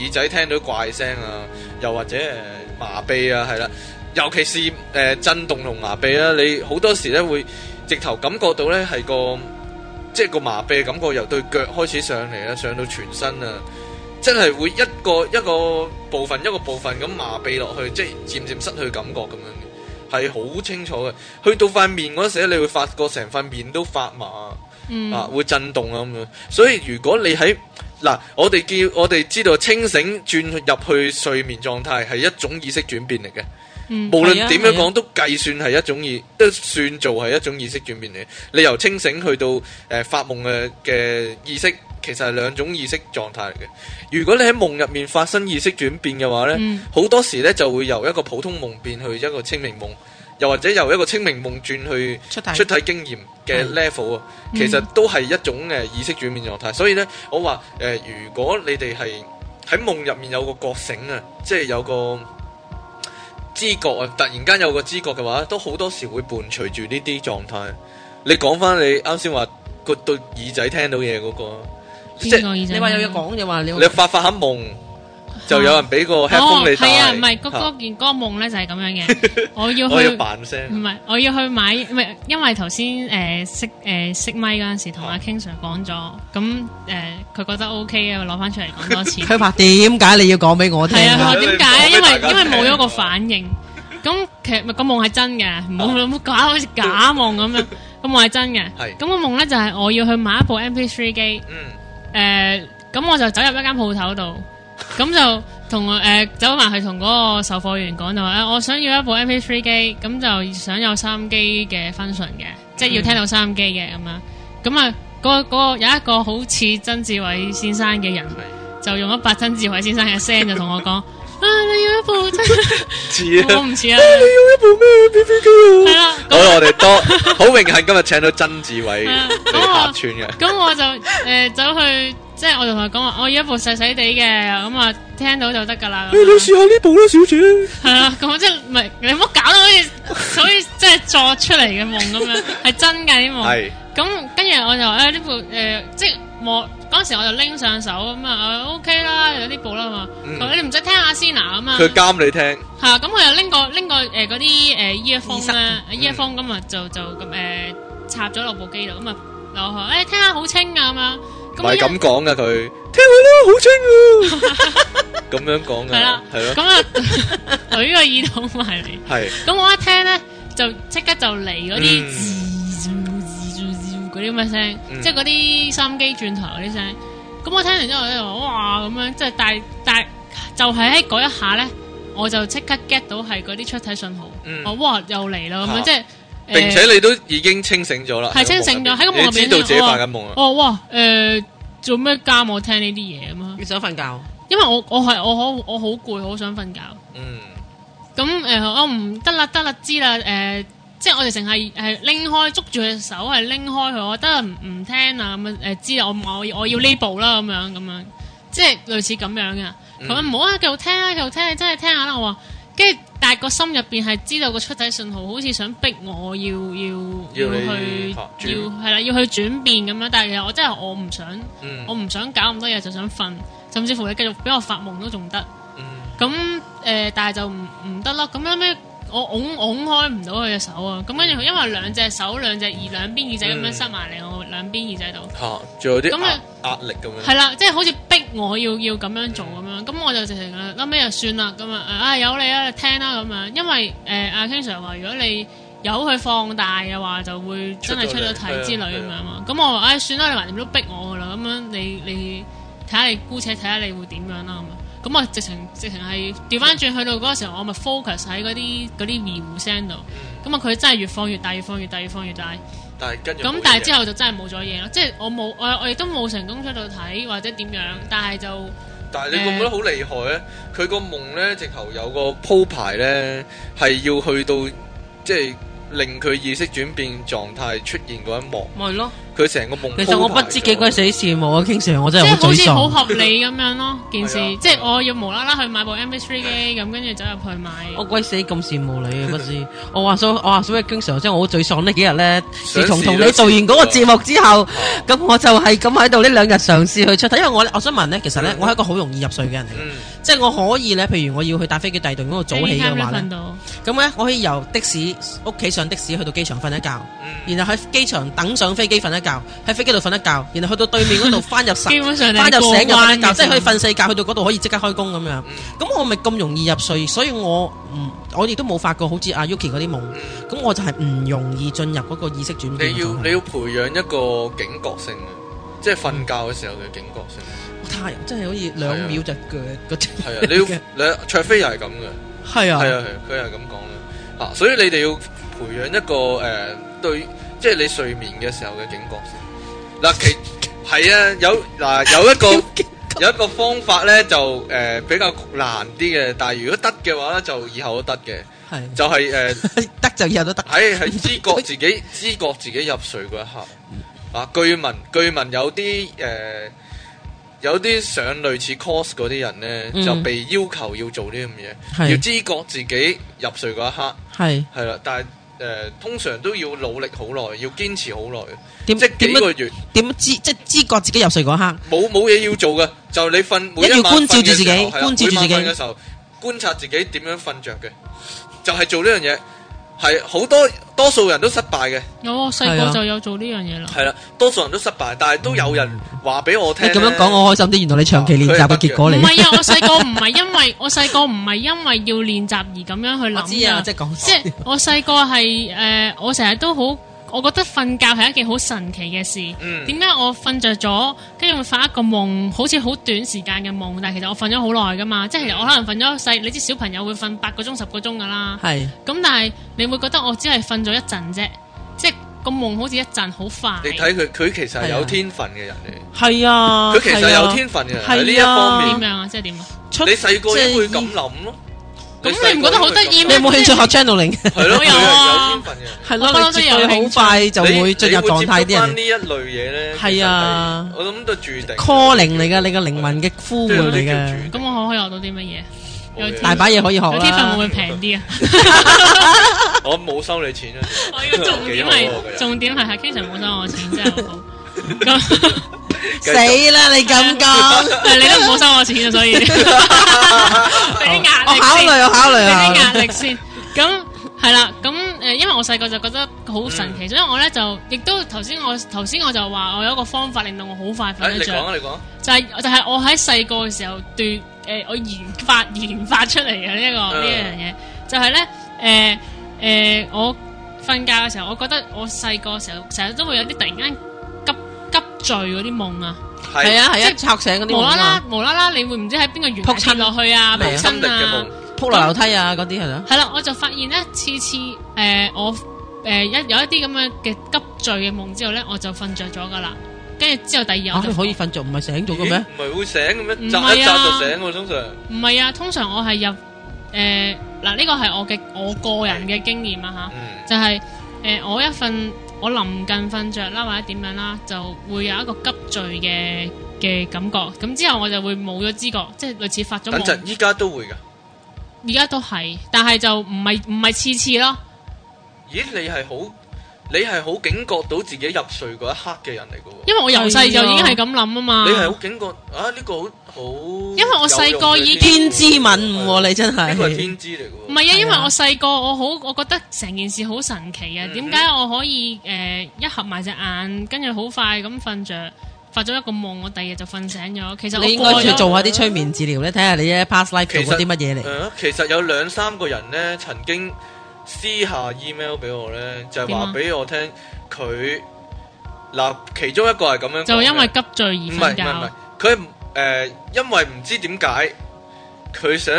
耳仔聽到怪聲啊，又或者誒、呃麻痹啊，係啦，尤其是誒、呃震動同麻痹啦，你好多時咧會直頭感覺到咧係個即係個麻痹嘅感覺由對腳開始上嚟啦，上到全身啊，真係會一個一個部分一個部分咁麻痹落去，即係漸漸失去感覺咁樣嘅，係好清楚嘅。去到塊面嗰時咧，你會發覺成塊面都發麻。
嗯
啊，會震動啊咁樣。所以如果你喺嗱，我哋叫我哋知道清醒轉入去睡眠狀態係一種意識轉變嚟嘅。
嗯
無論
係啊
點樣
係
講
啊
都計算係一種意，都算做係一種意識轉變嚟嘅。你由清醒去到誒、呃、發夢嘅嘅意識，其實係兩種意識狀態嚟嘅。如果你喺夢入面發生意識轉變嘅話呢
嗯
好、多時呢就會由一個普通夢變去一個清明夢，又或者由一個清明夢轉去。
出題
出體經驗嘅
係
level 啊，
嗯
其實都係一種誒意識轉變狀態。所以呢，我話誒、呃如果你哋係喺夢入面有個覺醒啊，即係有個知覺啊，突然間有個知覺嘅話，都好多時會伴隨住呢啲狀態。你講翻你啱先話個對耳仔聽到嘢嗰、個啊，即
邊
係
個哦耳仔？
你話有嘢講嘅話，你
你發發下夢就有人俾個 headphone
哦，
你戴，
係啊，唔係嗰
嚇
嗰件嗰個夢咧就係咁樣 嘅，我要
我要
去。
扮聲。
唔係，我要去買，唔係因為頭先誒熄誒熄咪嗰陣時，同阿
啊
King Sir 講咗，咁誒佢覺得 OK 嘅，攞翻出嚟講多次。
佢話點解你要講俾我聽
係啊，佢
啊
話？點解啊？因為
你講俾大家
因為冇咗個
聽
反應。咁其實個夢係真嘅，唔好唔好假好似假夢咁樣。個夢係真嘅，
係
咁個夢咧就係我要去買一部 MP3 機。
嗯，
诶，咁、我就走入一間鋪頭度，咁就同诶、誒走埋去同嗰個售貨員講就話诶，誒我想要一部 MP3 機，咁就想有收音機嘅 function 嘅，即係要聽到收音機嘅咁樣。咁啊，嗰、嗰個有一個好似曾志偉先生嘅
嗯
人，就用一把曾志偉先生嘅聲就同 我講啊，你要一部真
似
我
啊，
唔似啊，
一部咩 B B 機啊
係啦，
好，我哋 多好榮幸今日請到曾志偉
係啊
嚟客串嘅，
咁我就诶、誒走去，即係我就同佢講話，我要一部細細地嘅，咁啊聽到就得㗎啦。咁樣
下啊呢部啦，小姐。
系啦，咁即系唔系你唔好搞到好似好似即系作出嚟嘅夢咁 樣，係真嘅啲夢。
係
咁跟住我就诶呢部诶，即係我嗰陣時我就拎上手咁啊我，OK 啦，有呢部啦嘛。
嗯
咁啊你唔使聽下先啊咁啊。
佢監你聽，
係啊，咁我又拎個拎個誒嗰啲誒 earphone 咧
耳塞
，earphone 咁啊就就咁誒插咗落部機度，咁啊落去誒聽下好清啊咁樣。
唔
我
係
一
咁講噶佢，聽 佢啦，好清啊，咁樣講
係啦
噶，係咯，
咁啊， 懟個耳筒埋嚟。
係
咁我一聽咧，就即刻就嚟嗰啲
嗯
吱吱吱吱嗰啲咁嘅聲，
嗯
即係嗰啲心機轉台嗰啲聲。咁我聽完之後咧，我哇咁樣，即係但但就係喺嗰一下咧，我就即刻 get 到係嗰啲出體信號。
嗯
我哇又嚟啦咁樣，
啊
即係
並且你都已經清醒咗啦，
係清醒咗喺個夢入
你知
邊
道自己
我話
發緊夢啦，
哦哇誒做咩監我聽呢啲嘢咁啊？
你想瞓覺？
因為我我係我好我好攰，好想瞓覺。
嗯，
咁誒、呃我唔得啦，得啦，知啦，誒、呃即係我哋成係係拎開捉住佢隻手，係拎開佢，我得啦唔唔聽啦，咁誒知啦，我我要我要呢步啦，咁樣咁樣，即係類似咁樣嘅。
嗯
佢話唔好啊，繼續聽啊，繼續聽，你真係聽下啦。我話，跟住但係個心入邊係知道個出體信號，好似想逼我要要
要你
去
學轉
要係啦，要去轉變咁樣。但係其實我真係我唔想，我
嗯，
唔想搞咁多嘢，就想瞓，甚至乎你繼續俾我發夢都仲得。
嗯，
咁誒、呃但係就唔唔得咯。咁後尾我拱拱開唔到佢隻手啊。咁跟住佢因為兩隻手、兩隻耳、兩邊耳仔咁樣
嗯
塞埋嚟我兩邊耳仔度，
嚇，仲有啲
咁啊
壓壓力咁樣，
係啦，即係好似逼我要要咁樣做咁樣。咁我就直情啊，後尾就算啦咁啊，啊有你啊，你聽啦咁樣。因為誒阿 King Sir 話，如果你由佢放大嘅話，就會真係出
出
咗
咗嚟
題之類咁樣
係啊
嘛。咁我話唉、算啦，你橫掂都逼我噶啦，咁樣你你睇下你姑且睇下你會點樣啦咁樣。咁我直情直情係調翻轉去到嗰個時候，我咪 focus 喺嗰啲嗰啲微糊聲度。咁啊，佢真係越放越大，越放越大，越放越大。
但係跟住
咁但係之
後，
後就真係冇咗嘢咯，即係我冇我我亦都冇成功出到睇或者點樣，但係就
但係你覺唔覺得好厲害
嗯
咧？佢個夢咧，直頭有個鋪排咧，係要去到即係令佢意識轉變狀態出現嗰一幕。
咪咯，
佢成個夢。
其實我不知幾鬼死。羨慕啊，King Sir，我
即
真係
係
好
好
沮
似好
喪。
合理咁樣 咯，件事
係啊
即係我要無啦啦去買部 MP3 機咁，跟住走入去買，
我鬼死咁羨慕你啊！不知我話所我話所以 King Sir，即係我好沮喪呢幾日咧，自從同你做完嗰個節目之後，
啊
咁我就係咁喺度呢兩日嘗試去出體，因為我我想問咧，其實咧我係一個好容易入睡嘅人嚟嘅，
嗯，
即係我可以咧，譬如我要去搭飛機第二度嗰度 早起嘅話
Anytime 都
咧
瞓。到，
咁咧，我可以由的士屋企上的士去到機場瞓一覺，
嗯，
然後喺機場等上飛機瞓一覺，喺飛機度瞓一覺，然後去到對面 嗰度翻入神，
基本上你
翻
係
入
過
醒又瞓
關
一覺，
嘅
即係可以啊
時候
瞓四覺，去到嗰度可以即刻開工咁樣。
嗯
咁我咪咁容易入睡，所以我唔，我亦都冇發過好似阿 Yuki 嗰啲夢。咁我就係唔容易進入嗰個意識轉
你
變嘅狀態。
要你要培養一個警覺性啊，即係瞓覺嘅時候嘅警覺性。啊
太陽真係好似兩秒就鋸嗰只
係啊， 你要你卓飛又係咁嘅。
係
係
啊，
啊，係佢係咁講嘅。啊，所以你哋要培養一個誒、呃、對，即係你睡眠嘅時候嘅警覺先。嗱、其係啊，有嗱、有一 個有一個方法咧，就誒、呃比較難啲嘅，但係如果得嘅話咧，就以後都得嘅。
係
就係、 誒
得就以後都得。
喺喺知覺自己知覺自己入睡嗰一刻。啊，據聞據聞有啲誒、呃有啲上類似 course 嗰啲人咧，
嗯
就被要求要做呢咁嘢。要
係
知覺自己入睡嗰一刻，
係
係啦，但係誒、呃通常都要努力好耐，要堅持好耐，
點
即係
點
幾
樣
個月，
點樣知即係知覺自己入睡嗰刻
冇冇嘢要做嘅，就你瞓每
一定
一
要
晚
觀照
瞓嘅
住自己
時候係啦每晚
觀照住自己
瞓嘅時候，觀察自己點樣瞓着嘅，就係、做呢樣嘢，係好多多數人都失敗嘅，
我細
係啊
個就有做呢樣嘢啦。
係啦，多數人都失敗，但係都有人話俾我
你
聽呢，
咁樣講我開心啲，原來你長期練習嘅結果嚟
唔。係啊，我細個唔係因為我細個唔係因為要練習而咁樣去
我知
諗
啊，
啊
即係講
即係我細個係诶，我成日都好，我覺得瞓覺係一件好神奇嘅事。
嗯，
點解我瞓着咗，跟住會發一個夢，好似好短時間嘅夢，但係其實我瞓咗好耐噶嘛。即係其實我可能瞓咗細，你知小朋友會瞓八個鐘、十個鐘噶啦。
係
咁但係你會覺得我只係瞓咗一陣啫，即係個夢好似一陣好快
你。睇佢，佢其實係
係
有
啊
天分嘅人嚟，
係啊，
佢其實
係啊
有天分嘅人
係啊
喺呢一方
點
面，
樣啊？即係點啊？
出
你細個
即係
應會咁諗咯。
咁你唔覺得好得意
你有冇興趣學 channeling？
系
我
咯，佢
有
係
啊
有天分嘅。
係咯，
我不嬲
你
都
絕
有
對好快就
你
會進入
你會接觸
狀態啲
返
人
呢一類嘢咧，
係啊
其實係我諗都注定
calling 嚟噶，你個靈魂嘅呼喚嚟
即係有啲
嘅
叫，
咁我可以學到啲乜嘢？有
冇嘢
大把嘢可以學
有天分會唔
啦
會。平啲啊？
我冇收你錢啊！
我要重點
幾好啊佢
係
又
重點係係 K 神冇收我錢真係 好。咁
死啦！你 咁 講，
但係你都唔好收我錢啊， 所以俾啲壓
我
力
考
先。
慮，我考慮
俾啲壓
啊。
力先。咁係啦，咁誒、呃因為我細個就覺得好神
嗯
奇，所以我咧就亦都頭先我頭先我就話我有一個方法令到我好快
哎
瞓
你
得
講
着，
啊，你講啊，
就係、就係、我喺細個嘅時候對誒、呃我研發研發出嚟嘅呢一個
嗯
呢樣嘢，就係咧誒誒我瞓覺嘅時候，我覺得我細個嘅時候成日都會有啲突然間急急墜嗰啲夢啊，
係
係
啊係啊，
即
拆醒嗰啲
無啦
夢啊
啦無啦啦，你會唔知喺邊個懸崖
撲
跌
親
落去啊，
係啊
撲
無心力
親
嘅
啊
夢。，
撲落樓梯啊嗰啲係咯。
系啦，我就發現咧，次次诶、呃我诶一、有一啲咁樣嘅急墜嘅夢之後咧，我就瞓着咗噶啦。跟住之後第二日
啊
我就
你可以瞓着，唔係醒咗嘅
咦
咩？
唔係會醒嘅咩？
唔係啊
扎一扎就醒喎，通常
唔係啊，通常我係入诶嗱呢個係我嘅我個人嘅經驗啊
嗯
吓，就係呃我一瞓我臨近瞓着啦，或者點樣啦，就會有一個急墜嘅嘅感覺。咁之後我就會冇咗知覺，即係類似發咗
等
夢
陣，。依家都會㗎。
而家都係，但係就唔係唔係次次咯。
咦，你係好，你係好警覺到自己入睡嗰一刻嘅人嚟㗎喎。
因為我由細就已經係咁諗啊嘛。
你係好警覺啊？呢個好好，因
為我細個已經
天之敏悟喎，你真
呢個係
係。
天知嚟
唔
㗎喎。
係啊，因為
係啊
我細個我好，我覺得成件事好神奇啊！
嗯
點解我可以誒、呃一合埋隻眼，跟住好快咁瞓着，發咗一個夢，我第二日就瞓醒咗。其實
你
我
應
過
該去
咗，
做下啲催眠治療咧，睇下你嘅 past life 做
其實
過啲乜嘢嚟。
誒，啊其實有兩三個人咧，曾經私下 email 俾我咧，就係
點
話
啊
俾我聽佢嗱，其中一個係咁樣講嘅，
就因為急墜
唔
而瞓
係唔係唔係
覺。，
佢唔誒，因為唔知點解，佢想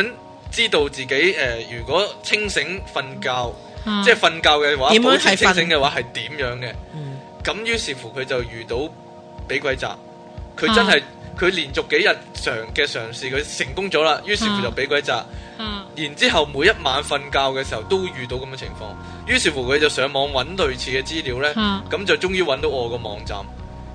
知道自己誒、呃如果清醒瞓覺，
啊
即係瞓覺嘅話，
點樣
保持
係
清
瞓
醒嘅話係點樣嘅？
嗯
咁於是乎佢就遇到俾鬼襲，佢真
啊
係佢連續幾日嘗嘅嘗試，佢成功咗啦，於是乎
啊
就俾鬼襲。
啊
然之後每一晚瞓覺嘅時候都遇到咁嘅情況，於是乎佢就上網揾類似嘅資料呢，
啊
咁、就終於揾到我個網站，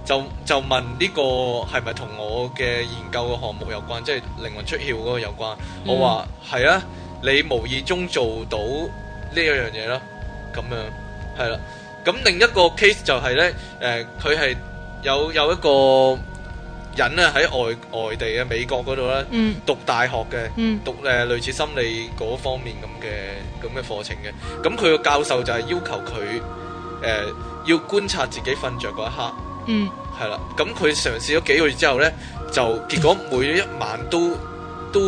就就問呢個係咪同我嘅研究嘅項目有關，即係靈魂出竅嗰個有關。我話係啊，你無意中做到呢一樣嘢啦，咁樣係啦。咁另一個 case 就係呢，誒、佢係有有一個人咧喺外外地嘅美國嗰度咧
嗯
讀大學嘅。
嗯
讀誒、呃、類似心理嗰方面咁嘅咁嘅課程嘅，咁佢個教授就係要求佢誒、呃要觀察自己瞓着嗰一刻，
嗯，
係啦，咁佢嘗試咗幾個月之後呢，就結果每一晚都都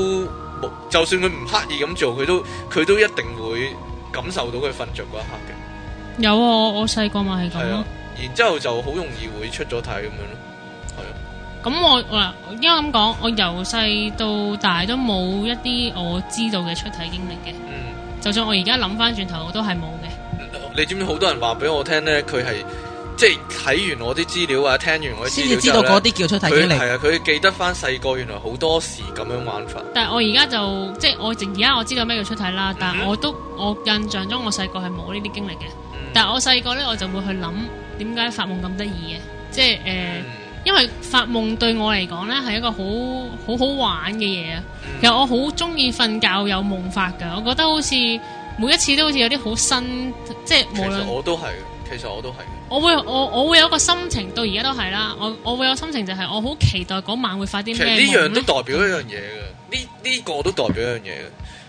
冇，就算佢唔刻意咁做，佢都佢都一定會感受到佢瞓着嗰一刻嘅，
有啊，我我細個咪係咁
嗯
係啊
咯。，
然之後就好容易會出咗體咁樣咯，
咁我嗱，應該咁講，我由細到大都冇一啲我知道嘅出體經歷嘅，
嗯，
就算我而家諗翻轉頭，我都係冇嘅。
你知唔知好多人話俾我聽咧？佢係即係睇完我啲資料啊，聽完我啲
先
資
至
料
知
之
道
後
嗰
咧
啲叫出體
佢
經歷。
係啊，佢記得翻細個原來好多時咁樣玩法。
但係我而家就即係我而家我知道咩叫出體啦，但係我都我印象中我細個係冇呢啲經歷嘅。
嗯
但係我細個咧，我就會去諗點解發夢咁得意嘅，即係誒、呃
嗯
因為發夢對我嚟講咧係一個好好好玩嘅嘢啊。其實我好中意瞓覺有夢法㗎，我覺得好似每一次都好似有啲好新，即係無
其實
論。
我都係嘅，其實我都係嘅。
我會我我會有個心情，到而家都係啦。我我會有心情就係我好期待嗰晚會發啲
其實
咩
呢樣
夢
都
咧。
代表一樣嘢嘅，呢呢個都代表一樣嘢嘅，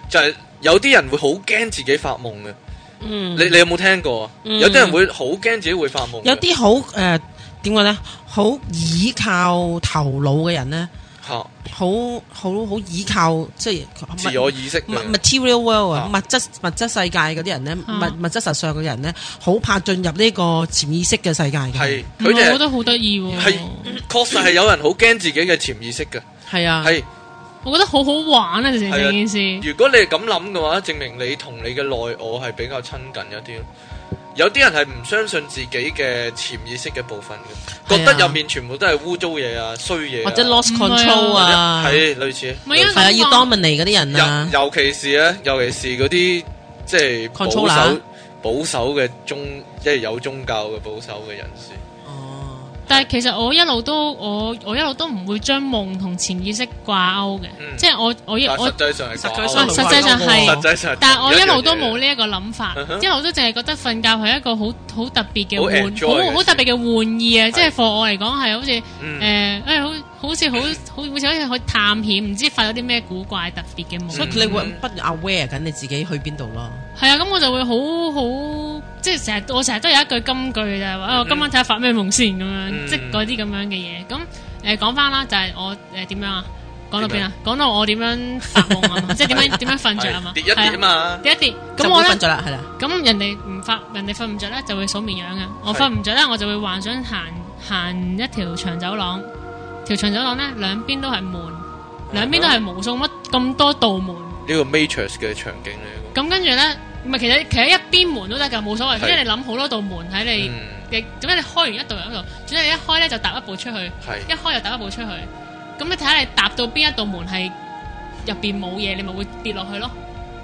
就係有啲人會好驚自己發夢嘅。
嗯，
你你有冇聽過啊？
嗯
有啲人會好驚自己會發夢嘅。
有啲好誒點講咧，好倚靠頭腦嘅人咧，
吓
好好好倚靠即係
自我意識嘅
物 material world 啊，
啊
物質物質世界嗰啲人咧，
啊
物物質實上嘅人咧，好怕進入呢個潛意識嘅世界嘅。
係
唔係
佢
我覺
哋
得好得意喎，
係確實係有人好驚自己嘅潛意識嘅。
係啊，
係
我覺得好好玩啊！成
係啊
成件事，
如果你係咁諗嘅話，證明你同你嘅內我係比較親近一啲咯。有啲人係唔相信自己嘅潛意識嘅部分嘅，
係啊
覺得入面全部都係污糟嘢啊、衰嘢啊，
或者 lost
唔係啊
control 啊，係
係類似。
唔係因為
啊，要 dominate 嗰啲人啊
尤，尤其是咧，尤其是嗰啲即係保
Controller 啊
守保守嘅宗，即係有宗教嘅保守嘅人士。
哦，
但係其實我一路都我我一路都唔會將夢同潛意識掛鈎嘅，
嗯
即係我我
但
我
實際上係
實
掛
際
上
鈎
實際上係
實際上，
但係我一路都冇。呢一個諗法
嗯，哼
一路都淨係覺得瞓覺係一個好好特別嘅
好
玩，
enjoy 嘅
好好特別嘅玩意啊！
係
即係 for 我嚟講係好似。
嗯
誒，誒好好似好好好似好似去探險，唔知發咗啲咩古怪特別嘅夢。
所以
嗯
你會不 aware 緊你自己去邊度咯。
係啊，咁我就會好好，即係成日我成日都有一句金句就係話，啊我今晚睇下發咩夢先咁樣，
嗯
即係嗰啲咁樣嘅嘢。咁誒講翻啦，就係我誒點樣啊？講到邊啊？講到我點樣發夢啊嘛？即係點樣點樣瞓着啊嘛？
係跌一跌啊
係啊，
嘛，
跌一跌。咁
就
我
會
咧
瞓，咗啦，係啦，
咁人哋唔發，人哋瞓唔着咧就會數綿羊嘅。啊我
係
瞓唔着咧，我就會幻想行行一條長走廊，條長走廊咧兩邊都係門。兩邊都係無數乜咁多道門，
呢個 Matrix 嘅場景嚟
咁跟住咧，唔係其實其實一邊門都得㗎，冇所謂。
係
總之你諗好多道門喺
嘅。
你
嗯，
嘅，總之你開完一道又一道，總之你一開咧就踏一步出去，
係
一開又踏一步出去。咁你睇下你踏到邊一道門係入邊冇嘢，你咪會跌落去咯。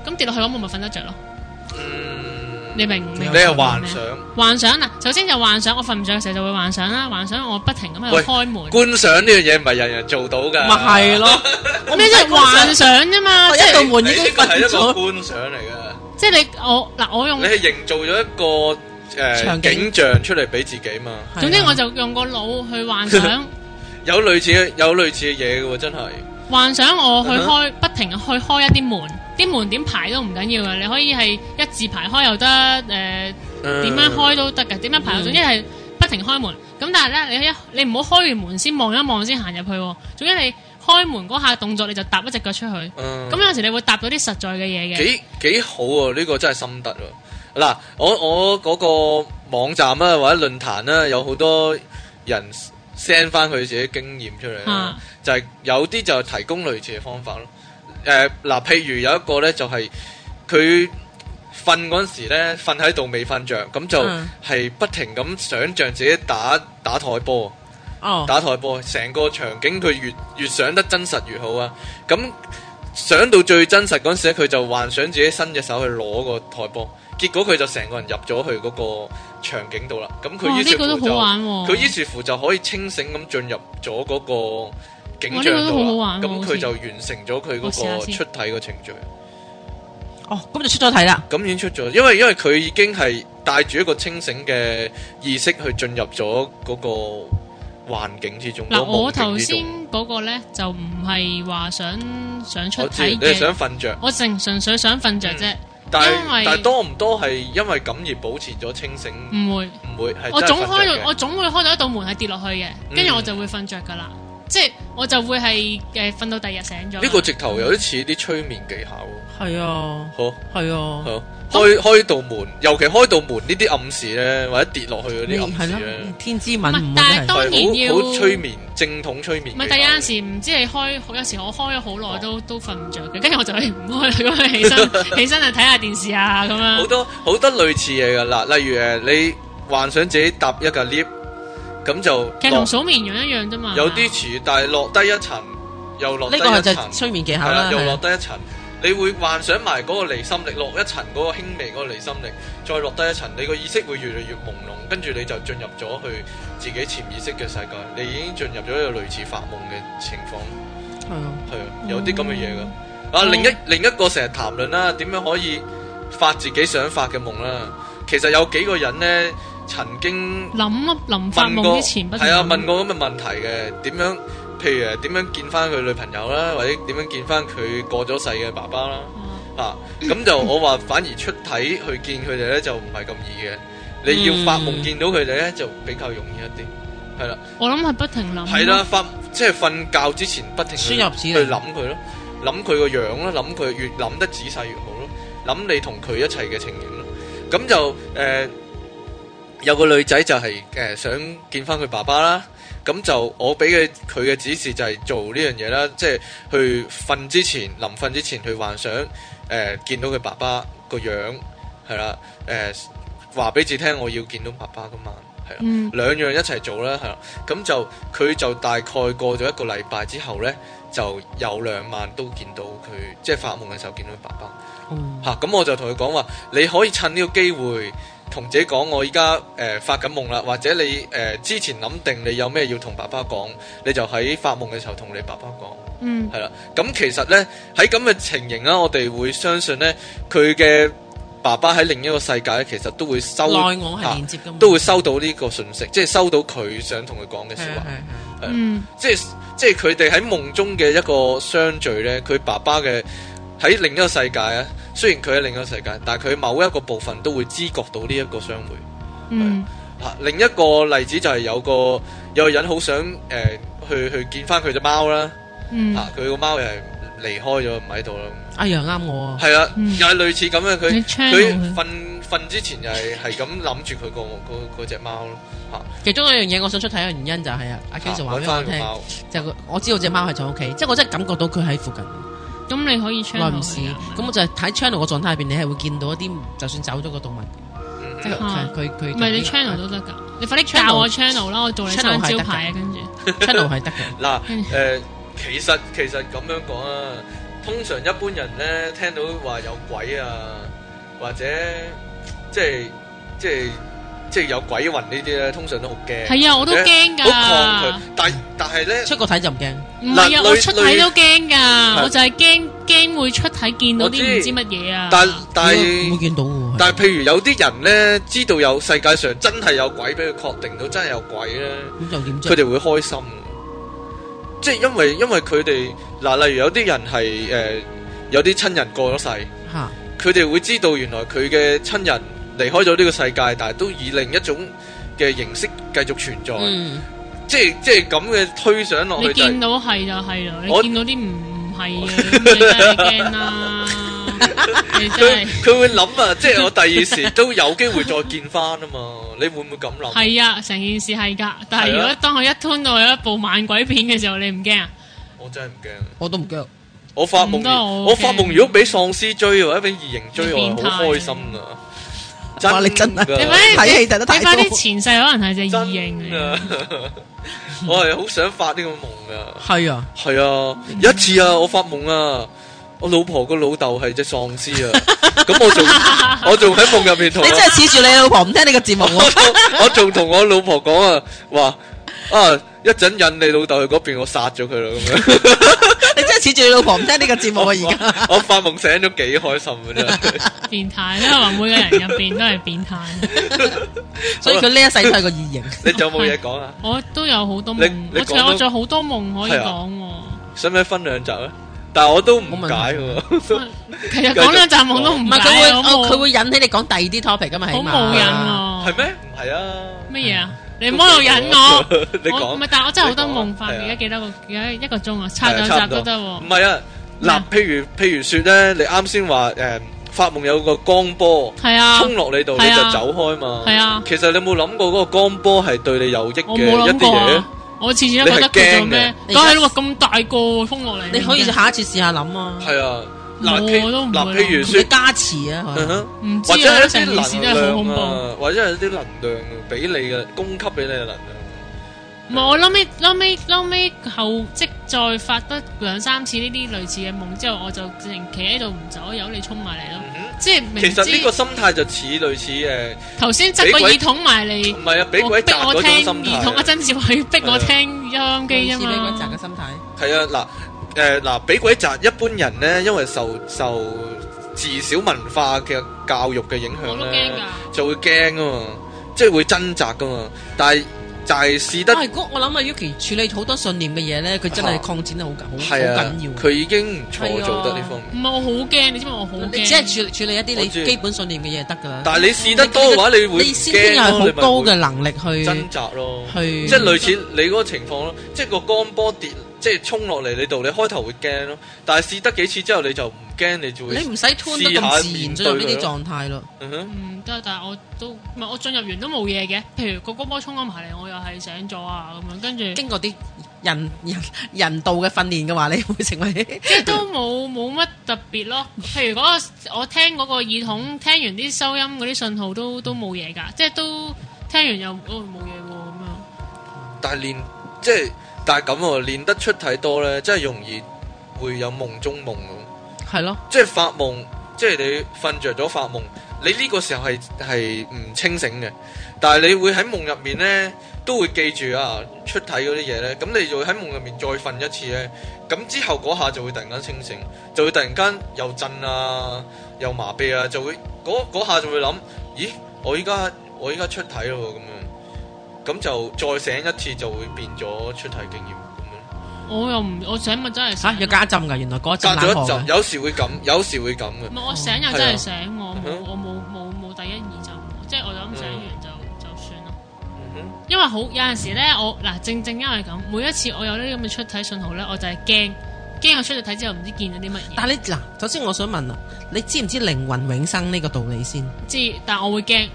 咁跌落去咁我咪瞓得着咯。
Ừ. 嗯，
你明唔明？
你係幻想
幻想啊！首先就幻想，我瞓唔着嘅時候就會幻想啦，幻想我不停咁喺度
喂
開門。
觀賞呢樣嘢唔係人人做到㗎。
咪係咯，我唔
咩即係
使
幻想啫嘛？
我
即係
一道門已
你
經
呢個係
瞓
一個
咗，
觀賞嚟㗎，
即係你我嗱，我用
你係營造咗一個誒
場景
景象出嚟俾自己嘛。
係啊
總之我就用個腦去幻 想，
有類似嘅有類似嘅嘢嘅喎，真係。
幻想我去
嗯
開，不停去開一啲門，啲門點排都唔緊要嘅，你可以係一字排開又得，誒點
點
樣開都得嘅，點樣排
嗯
總之係不停開門。咁但係咧，你一你唔好開完門先望一望先行入去喎，總之你開門嗰下動作你就踏一隻腳出去。
嗯？
咁有時你會踏到啲實在嘅嘢嘅，
幾幾好喎、呢、個真係心得喎。嗱，我我嗰個網站啦、或者論壇啦、有好多人 send 翻佢自己經驗出嚟啦、
啊
就係有啲就提供類似嘅方法咯。誒、嗱，譬如有一個咧就係佢瞓嗰陣時咧，瞓喺度未瞓着，咁就
嗯
係不停咁想像自己打打台波。啊
哦，
打台波，成個場景佢越越想得真實越好啊！咁想到最真實嗰陣時咧，佢就幻想自己伸隻手去攞個台波，結果佢就成個人入咗去嗰個場景度啦。咁佢
哇！
於
呢
是
個都
乎
好
就
玩
佢於
喎，
是乎就可以清醒咁進入咗嗰個景
哇呢個
象
都好好
度啦。
玩喎
咁
好
佢
似
就完成咗佢
我試下
嗰個
先
出體嘅程序。
哦，咁就出咗題啦，
咁已經出咗，因為因為佢已經係帶住一個清醒嘅意識去進入咗嗰個環境之中。
嗱，
嗰個夢
我
境
頭
之中
先嗰個咧就唔係話想想出
我
體
知你係
嘅。
想瞓着，
我淨純粹想瞓着啫，
但係
因為
但係多唔多係因為咁而保持咗清醒？
唔、會。
唔會係
我
真係
總
瞓
開到
着嘅
我總會開到一道門係跌落去嘅，跟住
嗯
我就會瞓着噶啦。即係我就會係誒瞓到第二日醒咗。
呢個直頭有啲似啲催眠技巧喎。
系啊，
嗯
好，
系啊，
好，開開道門，尤其開道門呢啲暗示咧，或者跌落去嗰
你
啲
系
暗示
咯
咧，，
天之吻
唔
唔
嗯係但係
係
系
當然要
好好催眠，正統催眠
唔
技巧。
係，但有陣時唔知你開，有時我開咗好耐都
哦
都瞓唔着嘅，跟住我就誒唔開啦，咁樣起 身起身就睇下電視啊咁
好
樣。
多好多類似嘢噶啦，例如誒，你幻想自己搭一架 lift，咁就
其實
落
同數綿羊一樣啫嘛。
有啲似，但係落低一層，又落低
呢
一
個係就
層
係，催眠技巧
係
啦
啦，，又
係
落
啊
低一層，你會幻想埋嗰個離心力，落一層嗰個輕微嗰個離心力，再落低一層，你個意識會越嚟越朦朧，跟住你就進入咗去自己潛意識嘅世界，你已經進入咗一個類似發夢嘅情況。
係啊
係啊，有啲咁嘅嘢噶。
嗯
啊，另一另一個成日談論啦，點樣可以發自己想發嘅夢啦？其實有幾個人呢曾經
諗咯，臨發
問
夢
過，
之前不
係啊，問
過
過咁嘅問題嘅，點樣？譬如誒點樣見翻佢女朋友啦，或者點樣見翻佢過咗世嘅爸爸啦，
哦
啊，咁就我話反而出體去見佢哋呢，就唔係咁易嘅，你要發夢
嗯
見到佢哋呢，就比較容易一啲，係啦。
我諗係不停諗。
系啦，，瞓即系瞓覺之前不停去
輸入指
去
令
諗佢咯，諗佢個樣咯，諗佢越諗得仔細越好咯，諗你同佢一齊嘅情形咯。咁就诶、呃有個女仔就係呃想見翻佢爸爸啦。咁就我俾嘅佢嘅指示就係做呢樣嘢啦，即係去瞓之前，臨瞓之前去幻想誒、呃、見到佢爸爸個樣，係啦，誒話俾自己聽我要見到爸爸噶嘛，係啦。
嗯，
兩樣一齊做啦，係啦，咁就佢就大概過咗一個禮拜之後呢，就有兩晚都見到佢，即係發夢嘅時候見到佢爸爸。
嗯
吓，咁、我就同佢講話，你可以趁呢個機會同自己講，我依家誒發緊夢啦，或者你誒、呃之前諗定你有咩要同爸爸講，你就喺發夢嘅時候同你爸爸講。
嗯，
系啦，咁其實呢，喺咁嘅情形啦，我哋會相信呢，佢嘅爸爸喺另一個世界，其實都會收
內我係
啊
連接噶嘛，
都會收到呢個信息，即係收到佢想同佢講嘅说
係啊
話，
係啊係啊
係
嗯，
即係即係佢哋喺夢中嘅一個相聚呢，佢爸爸嘅喺另一個世界啊，雖然佢喺另一個世界，但係佢某一個部分都會知覺到呢一個相會。
嗯，
啊另一個例子就係有個有個人好想诶、呃去去見翻佢只貓啦，
嗯，
啊佢個貓又係離開咗唔喺度啦，
哎呀啱我啊，
係啊，
嗯
又係類似咁嘅佢
你。
佢
channel 佢
瞓瞓之前又係係咁諗住佢個嗰嗰只貓咯，
其中一樣嘢我想出睇嘅原因就係啊，阿 K 就話
揾
俾我
翻個
聽，
貓。
就佢我知道只貓係在屋企，即係我真係感覺到佢喺附近。
咁你可以
耐
channel
唔時，
佢㗎
咁我就係睇 channel 個狀態入邊，你係會見到一啲就算走咗個動物，
嗯
即係
啊
佢佢佢
唔係你 channel 都得㗎，你快啲教我 channel 啦，我做你生招牌啊，跟住
channel 係得嘅，
嗱，
嗯
誒，其實其實咁樣講啊，通常一般人咧聽到話有鬼啊，或者即係即係即係有鬼魂呢啲咧，通常都好驚，
係啊，我都驚
好抗
㗎
拒。。但但係咧，
出個睇就唔驚，
唔係啊，
嗱
我
類
出體都驚㗎，
類
我就係驚驚會出體見到
我
啲
知
唔知乜嘢啊。
但但
冇
係
見到喎。
但係，譬如有啲人咧知道有世界上真係有鬼，俾佢確定到真係有鬼咧，
嗯
咁又點
佢
啫？
哋會開心嘅。即係因為因為佢哋嗱，例如有啲人係誒、呃有啲親人過咗世。
嚇，
佢哋會知道原來佢嘅親人離開咗呢個世界，但係都以另一種嘅形式繼續存在，
嗯，
即係即係咁嘅推想落
你
去就係、
見到係就係啦，
我
你見到啲唔唔係嘅，咁你真係驚 啦，你真
佢
係
佢會諗啊，即係我第二時都有機會再見翻啊嘛，你會唔會咁諗？
係啊，成件事係㗎。但
係
係
啊
如果當佢一吞到有一部猛鬼片嘅時候，你唔驚啊？
我真係唔驚，
我都唔驚。
我發夢
唔得啊
如
我
我發夢
驚
如果俾喪屍追或者俾異形追，我係好開心啊！
哇你真啊係
㗎
你快啲
睇戲睇得太
你快
多
啲前世可能係隻異形
啊真
嚟
啊， 我係好想發呢個夢啊！
係啊，
系啊，有一次啊，我發夢啊，我老婆個老豆係隻喪屍 啊，咁我仲我仲喺夢入面同
你真
我
係恃住你老婆唔聽你個節目 喎。
我仲同我老婆講啊，話啊一陣引你老豆去嗰邊，我殺咗佢啦咁樣。
你真係恃住你老婆唔聽呢個節目啊！而家
我我發夢醒咗幾開心嘅真係，
嘅，變態，因為話每個人入邊都係變態。
所以佢呢一世都係個異形。
你仲有冇嘢講啊？
我都有好多
你
夢，
你
我
講
仲我
多
仲有好多夢可以
係啊
講喎。
使唔使分兩集啊？但系我都唔
冇問題
解喎，
其實講兩集夢都唔
唔係
解
佢會，
啊
哦佢會引起你講第二啲 topic 噶嘛，起
好
碼
冇癮喎。
係咩？唔係啊，
咩嘢啊？你唔好喺度忍我。
你
我唔
講
係，但係我真係好多夢
你
法，
講啊
而家幾多個而家一個鐘啊，拆
係
兩
啊差唔
集
多
都得喎
唔。係啊，嗱，譬如譬如説咧，你啱先話誒發夢有個光波
係啊，
衝落你度，你
係
就
啊
走開嘛。
係啊
其實你有冇諗過嗰個光波係對你有益
我
嘅
冇
一
諗
啲
過
嘢
啊？。我次次都覺得佢做咩，
你係驚
梗
嘅
係啦，咁大個喎衝落嚟，
你可以
唔
下一次試下諗啊，
係啊，嗱，
冇
譬
我都唔
嗱，
會啊
譬如
你
説，
加持啊，
嗯哼
佢
知
或者係
啊，
一
成
啲
件事真
能
係好恐
量
怖。
啊，或者係一啲能量俾你嘅供給俾你嘅能量。
唔係我諗尾諗尾諗尾後，即再發得兩三次呢啲類似嘅夢之後，我就直情企喺度唔走，由你衝埋嚟咯。
嗯哼
即係明
其實呢個
知
心態就似類似誒，
頭先執個
俾鬼
耳筒埋嚟
唔，係啊，俾
我
鬼
逼
砸
我
嗰種
聽
心
耳筒，阿
態啊。
曾志偉逼我聽收音機
類
啫
似俾鬼砸
嘛
嘅。心態，
係啊，嗱誒嗱，俾鬼砸一般人咧，因為受受自小文化嘅教育嘅影
我
響
都驚
咧，
㗎。
就會驚啊嘛，即係會掙扎噶嘛。但係就係試得
啊，如果我諗啊，Yuki 處理好多信念嘅嘢咧，佢真係擴展得好緊好好
係啊
緊，要。
佢已經唔錯
係啊
做得呢方面。
唔係我好驚，你知唔知我好
你只係
驚？
處處理一啲
我知
你基本信念嘅嘢得㗎啦。
但係你試得多嘅話，你會
你先天有
驚咯，
好
你咪
高
會
嘅能力去
掙扎咯。
去，
即係類似你嗰個情況咯，即係個光波跌，即係衝落嚟你度，你開頭會驚咯，但係試得幾次之後你就唔驚，你就會
你唔使 turn 得咁自然進入呢啲狀態咯。
嗯哼
唔得，但係我都唔係我進入完都冇嘢嘅。譬如個高波衝咗埋嚟，我又係醒咗啊咁樣，跟住
經過啲人人人道嘅訓練嘅話，你 會成為
即係都冇冇乜特別咯。譬如嗰、個我聽嗰個耳筒，聽完啲收音嗰啲信號都都冇嘢㗎，即係都聽完又哦冇嘢喎咁樣。
但係練即係但係咁喎，練得出體多咧，真係容易會有夢中夢喎，
係咯，
即係發夢，即係你瞓着咗發夢，你呢個時候係係唔清醒嘅，但係你會喺夢入面咧都會記住啊出體嗰啲嘢咧，咁你就會喺夢入面再瞓一次咧，咁之後嗰下就會突然間清醒，就會突然間又震啊，又麻痹啊，就會嗰嗰下就會諗，咦，我依家我依家出體咯咁樣，咁就再醒一次就會變咗出體經驗咁樣。
我又唔我醒咪真係
嚇
醒
有，加浸㗎，原來嗰
隔
一浸冷啊
咗一
汗
陣，
嘅。
有時會咁，有時會咁嘅
唔。係我醒又真係醒喎，我冇我冇冇冇第一二就冇，即係我就咁醒完就就算咯。
嗯
因為好有陣時咧，我嗱正正因為咁，每一次我有呢啲咁嘅出體信號咧，我就係驚驚我出咗體之後唔知見咗啲乜嘢，
但係你嗱，首先我想問啊，你知唔知靈魂永生呢個道理先？
知但我會驚，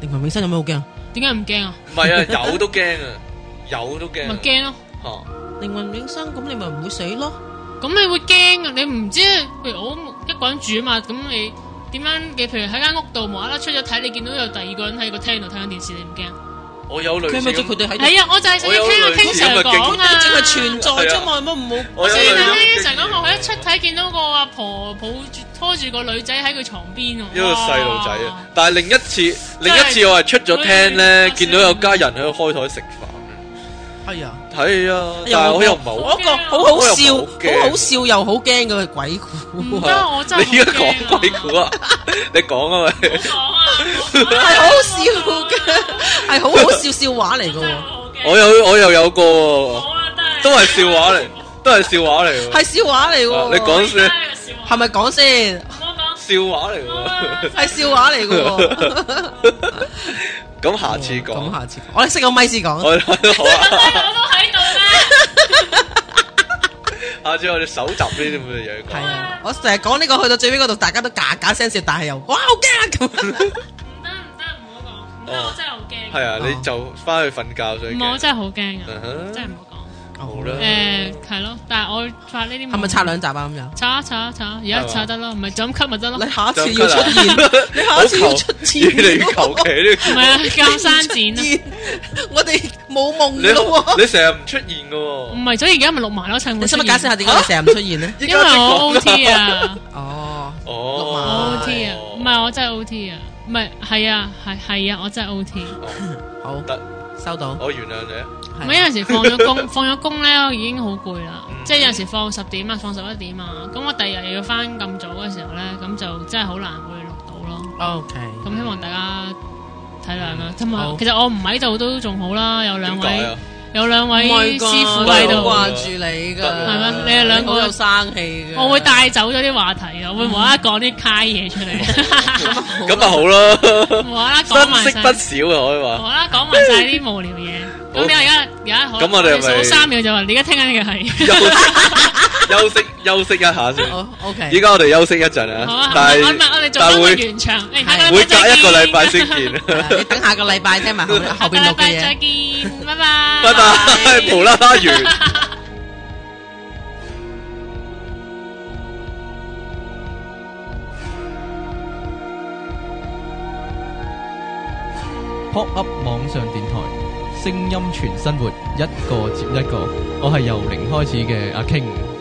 靈魂永生有咩好驚？
點解唔驚啊？
哼唔係啊，有都驚啊，有都驚
咪
啊。
驚咯，
嚇
靈魂永生咁你咪唔會死咯？
咁你會驚啊？你唔知，譬如我一個人住啊嘛，咁你點樣？你譬如喺間屋度無啦啦出咗體，你見到有第二個人喺個廳度睇緊電視，你唔驚？
我有類
佢
似
咪即
咁
佢哋喺度，
係啊，我就係想
我有
聽阿
類
King
似咁
Sir
嘅經
講啊，
淨係存在啫嘛，冇冇
我有
所以
類
阿
似
King
咁
Sir 講話，佢一出體見到個阿婆抱住拖住個女仔喺佢床邊喎，
一個細路仔啊！但係另一次，另
真
一
係
次我係出咗廳咧，
佢
見到有家人喺度開台食飯。
係啊。
係啊，
哎呀
但係我又唔
我
係
一個好好笑，
我又冇驚
好好笑又好驚嘅鬼
唔
故，
得，我真
好。你
係
而家講鬼故啊？你講啊咪？
好講啊，
係好好笑嘅，係好好笑笑話嚟嘅
真係
喎，
好
我有我又有個喎，
驚，
都係笑話嚟，都係笑話嚟喎。
係笑話嚟
啊
嘅。
你講
真
先，
係個笑話
係咪講先？
我講
笑話嚟喎。
啊
係笑話嚟嘅喎。哦
咁 下次講
咁。下次講，我哋熄個咪先講。
我好啊，
我都喺度啦，
下次我哋搜集呢啲咁嘅嘢
係
講。
啊，我成日講呢個去到最尾嗰度，大家都嘎嘎聲笑，但係又哇好驚啊咁。
唔得唔得，唔好講，唔得，我真係好驚，
哦
係啊，你就翻去瞓覺所以
唔係我真係好驚
嗯
啊，真係唔好
Uh-huh。好啦
講，誒係咯，但係我發呢啲
係咪拆兩集啊咁樣？
拆啊拆啊拆啊，而家拆得啦，唔係就咁吸咪得咯，
你下一次要出現， 你下一次要出現，
啊越嚟越求其
唔
呢
係啊，教生剪啊。
啊！ 我哋冇
你
夢咯喎。
你成日唔出現噶喎
唔，係，所以而家咪錄埋咯，趁我
你使唔
出
使
現
解釋下
啊
點解你成日唔出現咧？
依
因為
家先講
我 O T 啊，
哦，錄埋
哦
我 O T 啊，唔係我真係 O T 啊，唔係係啊係係啊，我真係 O T。唔
哦
好
得
收到。
我原諒你，
係啊
係有陣時放咗工，放咗工咧我已經好攰啦
嗯，
即係有陣時放十點啊，放十一點啊，咁我第二日又要翻咁早嘅時候咧，咁就真係好難會錄到咯。
OK，
咁希望大家體諒啦，同
好
埋其實我唔喺度都仲好啦，有兩
點解
位
啊？
有兩位
Oh
師傅喺
我
度，
好啊
挂
掛
住
住
你噶，
係咩你哋兩個
好有生氣嘅。
我會帶走咗啲話題啊，我會無啦啦講啲卡嘢出嚟，
咁啊咪好咯，
無啦啦講埋晒，
新
無
識不少啊，可以話。
啦啦講埋晒啲無聊嘢。咁你而家而家可
咁我哋係咪
數三秒就話，你而家聽緊嘅 係
休息休息休息一下先。
哦
依
OK，
家我哋休息一陣
好
啊
啊，，
但
我唔係我
係
哋做
但
翻個
會
原場，誒
係
下個禮拜
會隔
再
一個
見
禮拜先見。
啊你等下個禮拜聽埋後後
下個
邊
禮
錄
拜
嘅
再
嘢。
見，拜拜，
拜 拜， 無啦啦完。
Pop Up 網上電台，聲音全生活，一個接一個。我係由零開始嘅阿 King。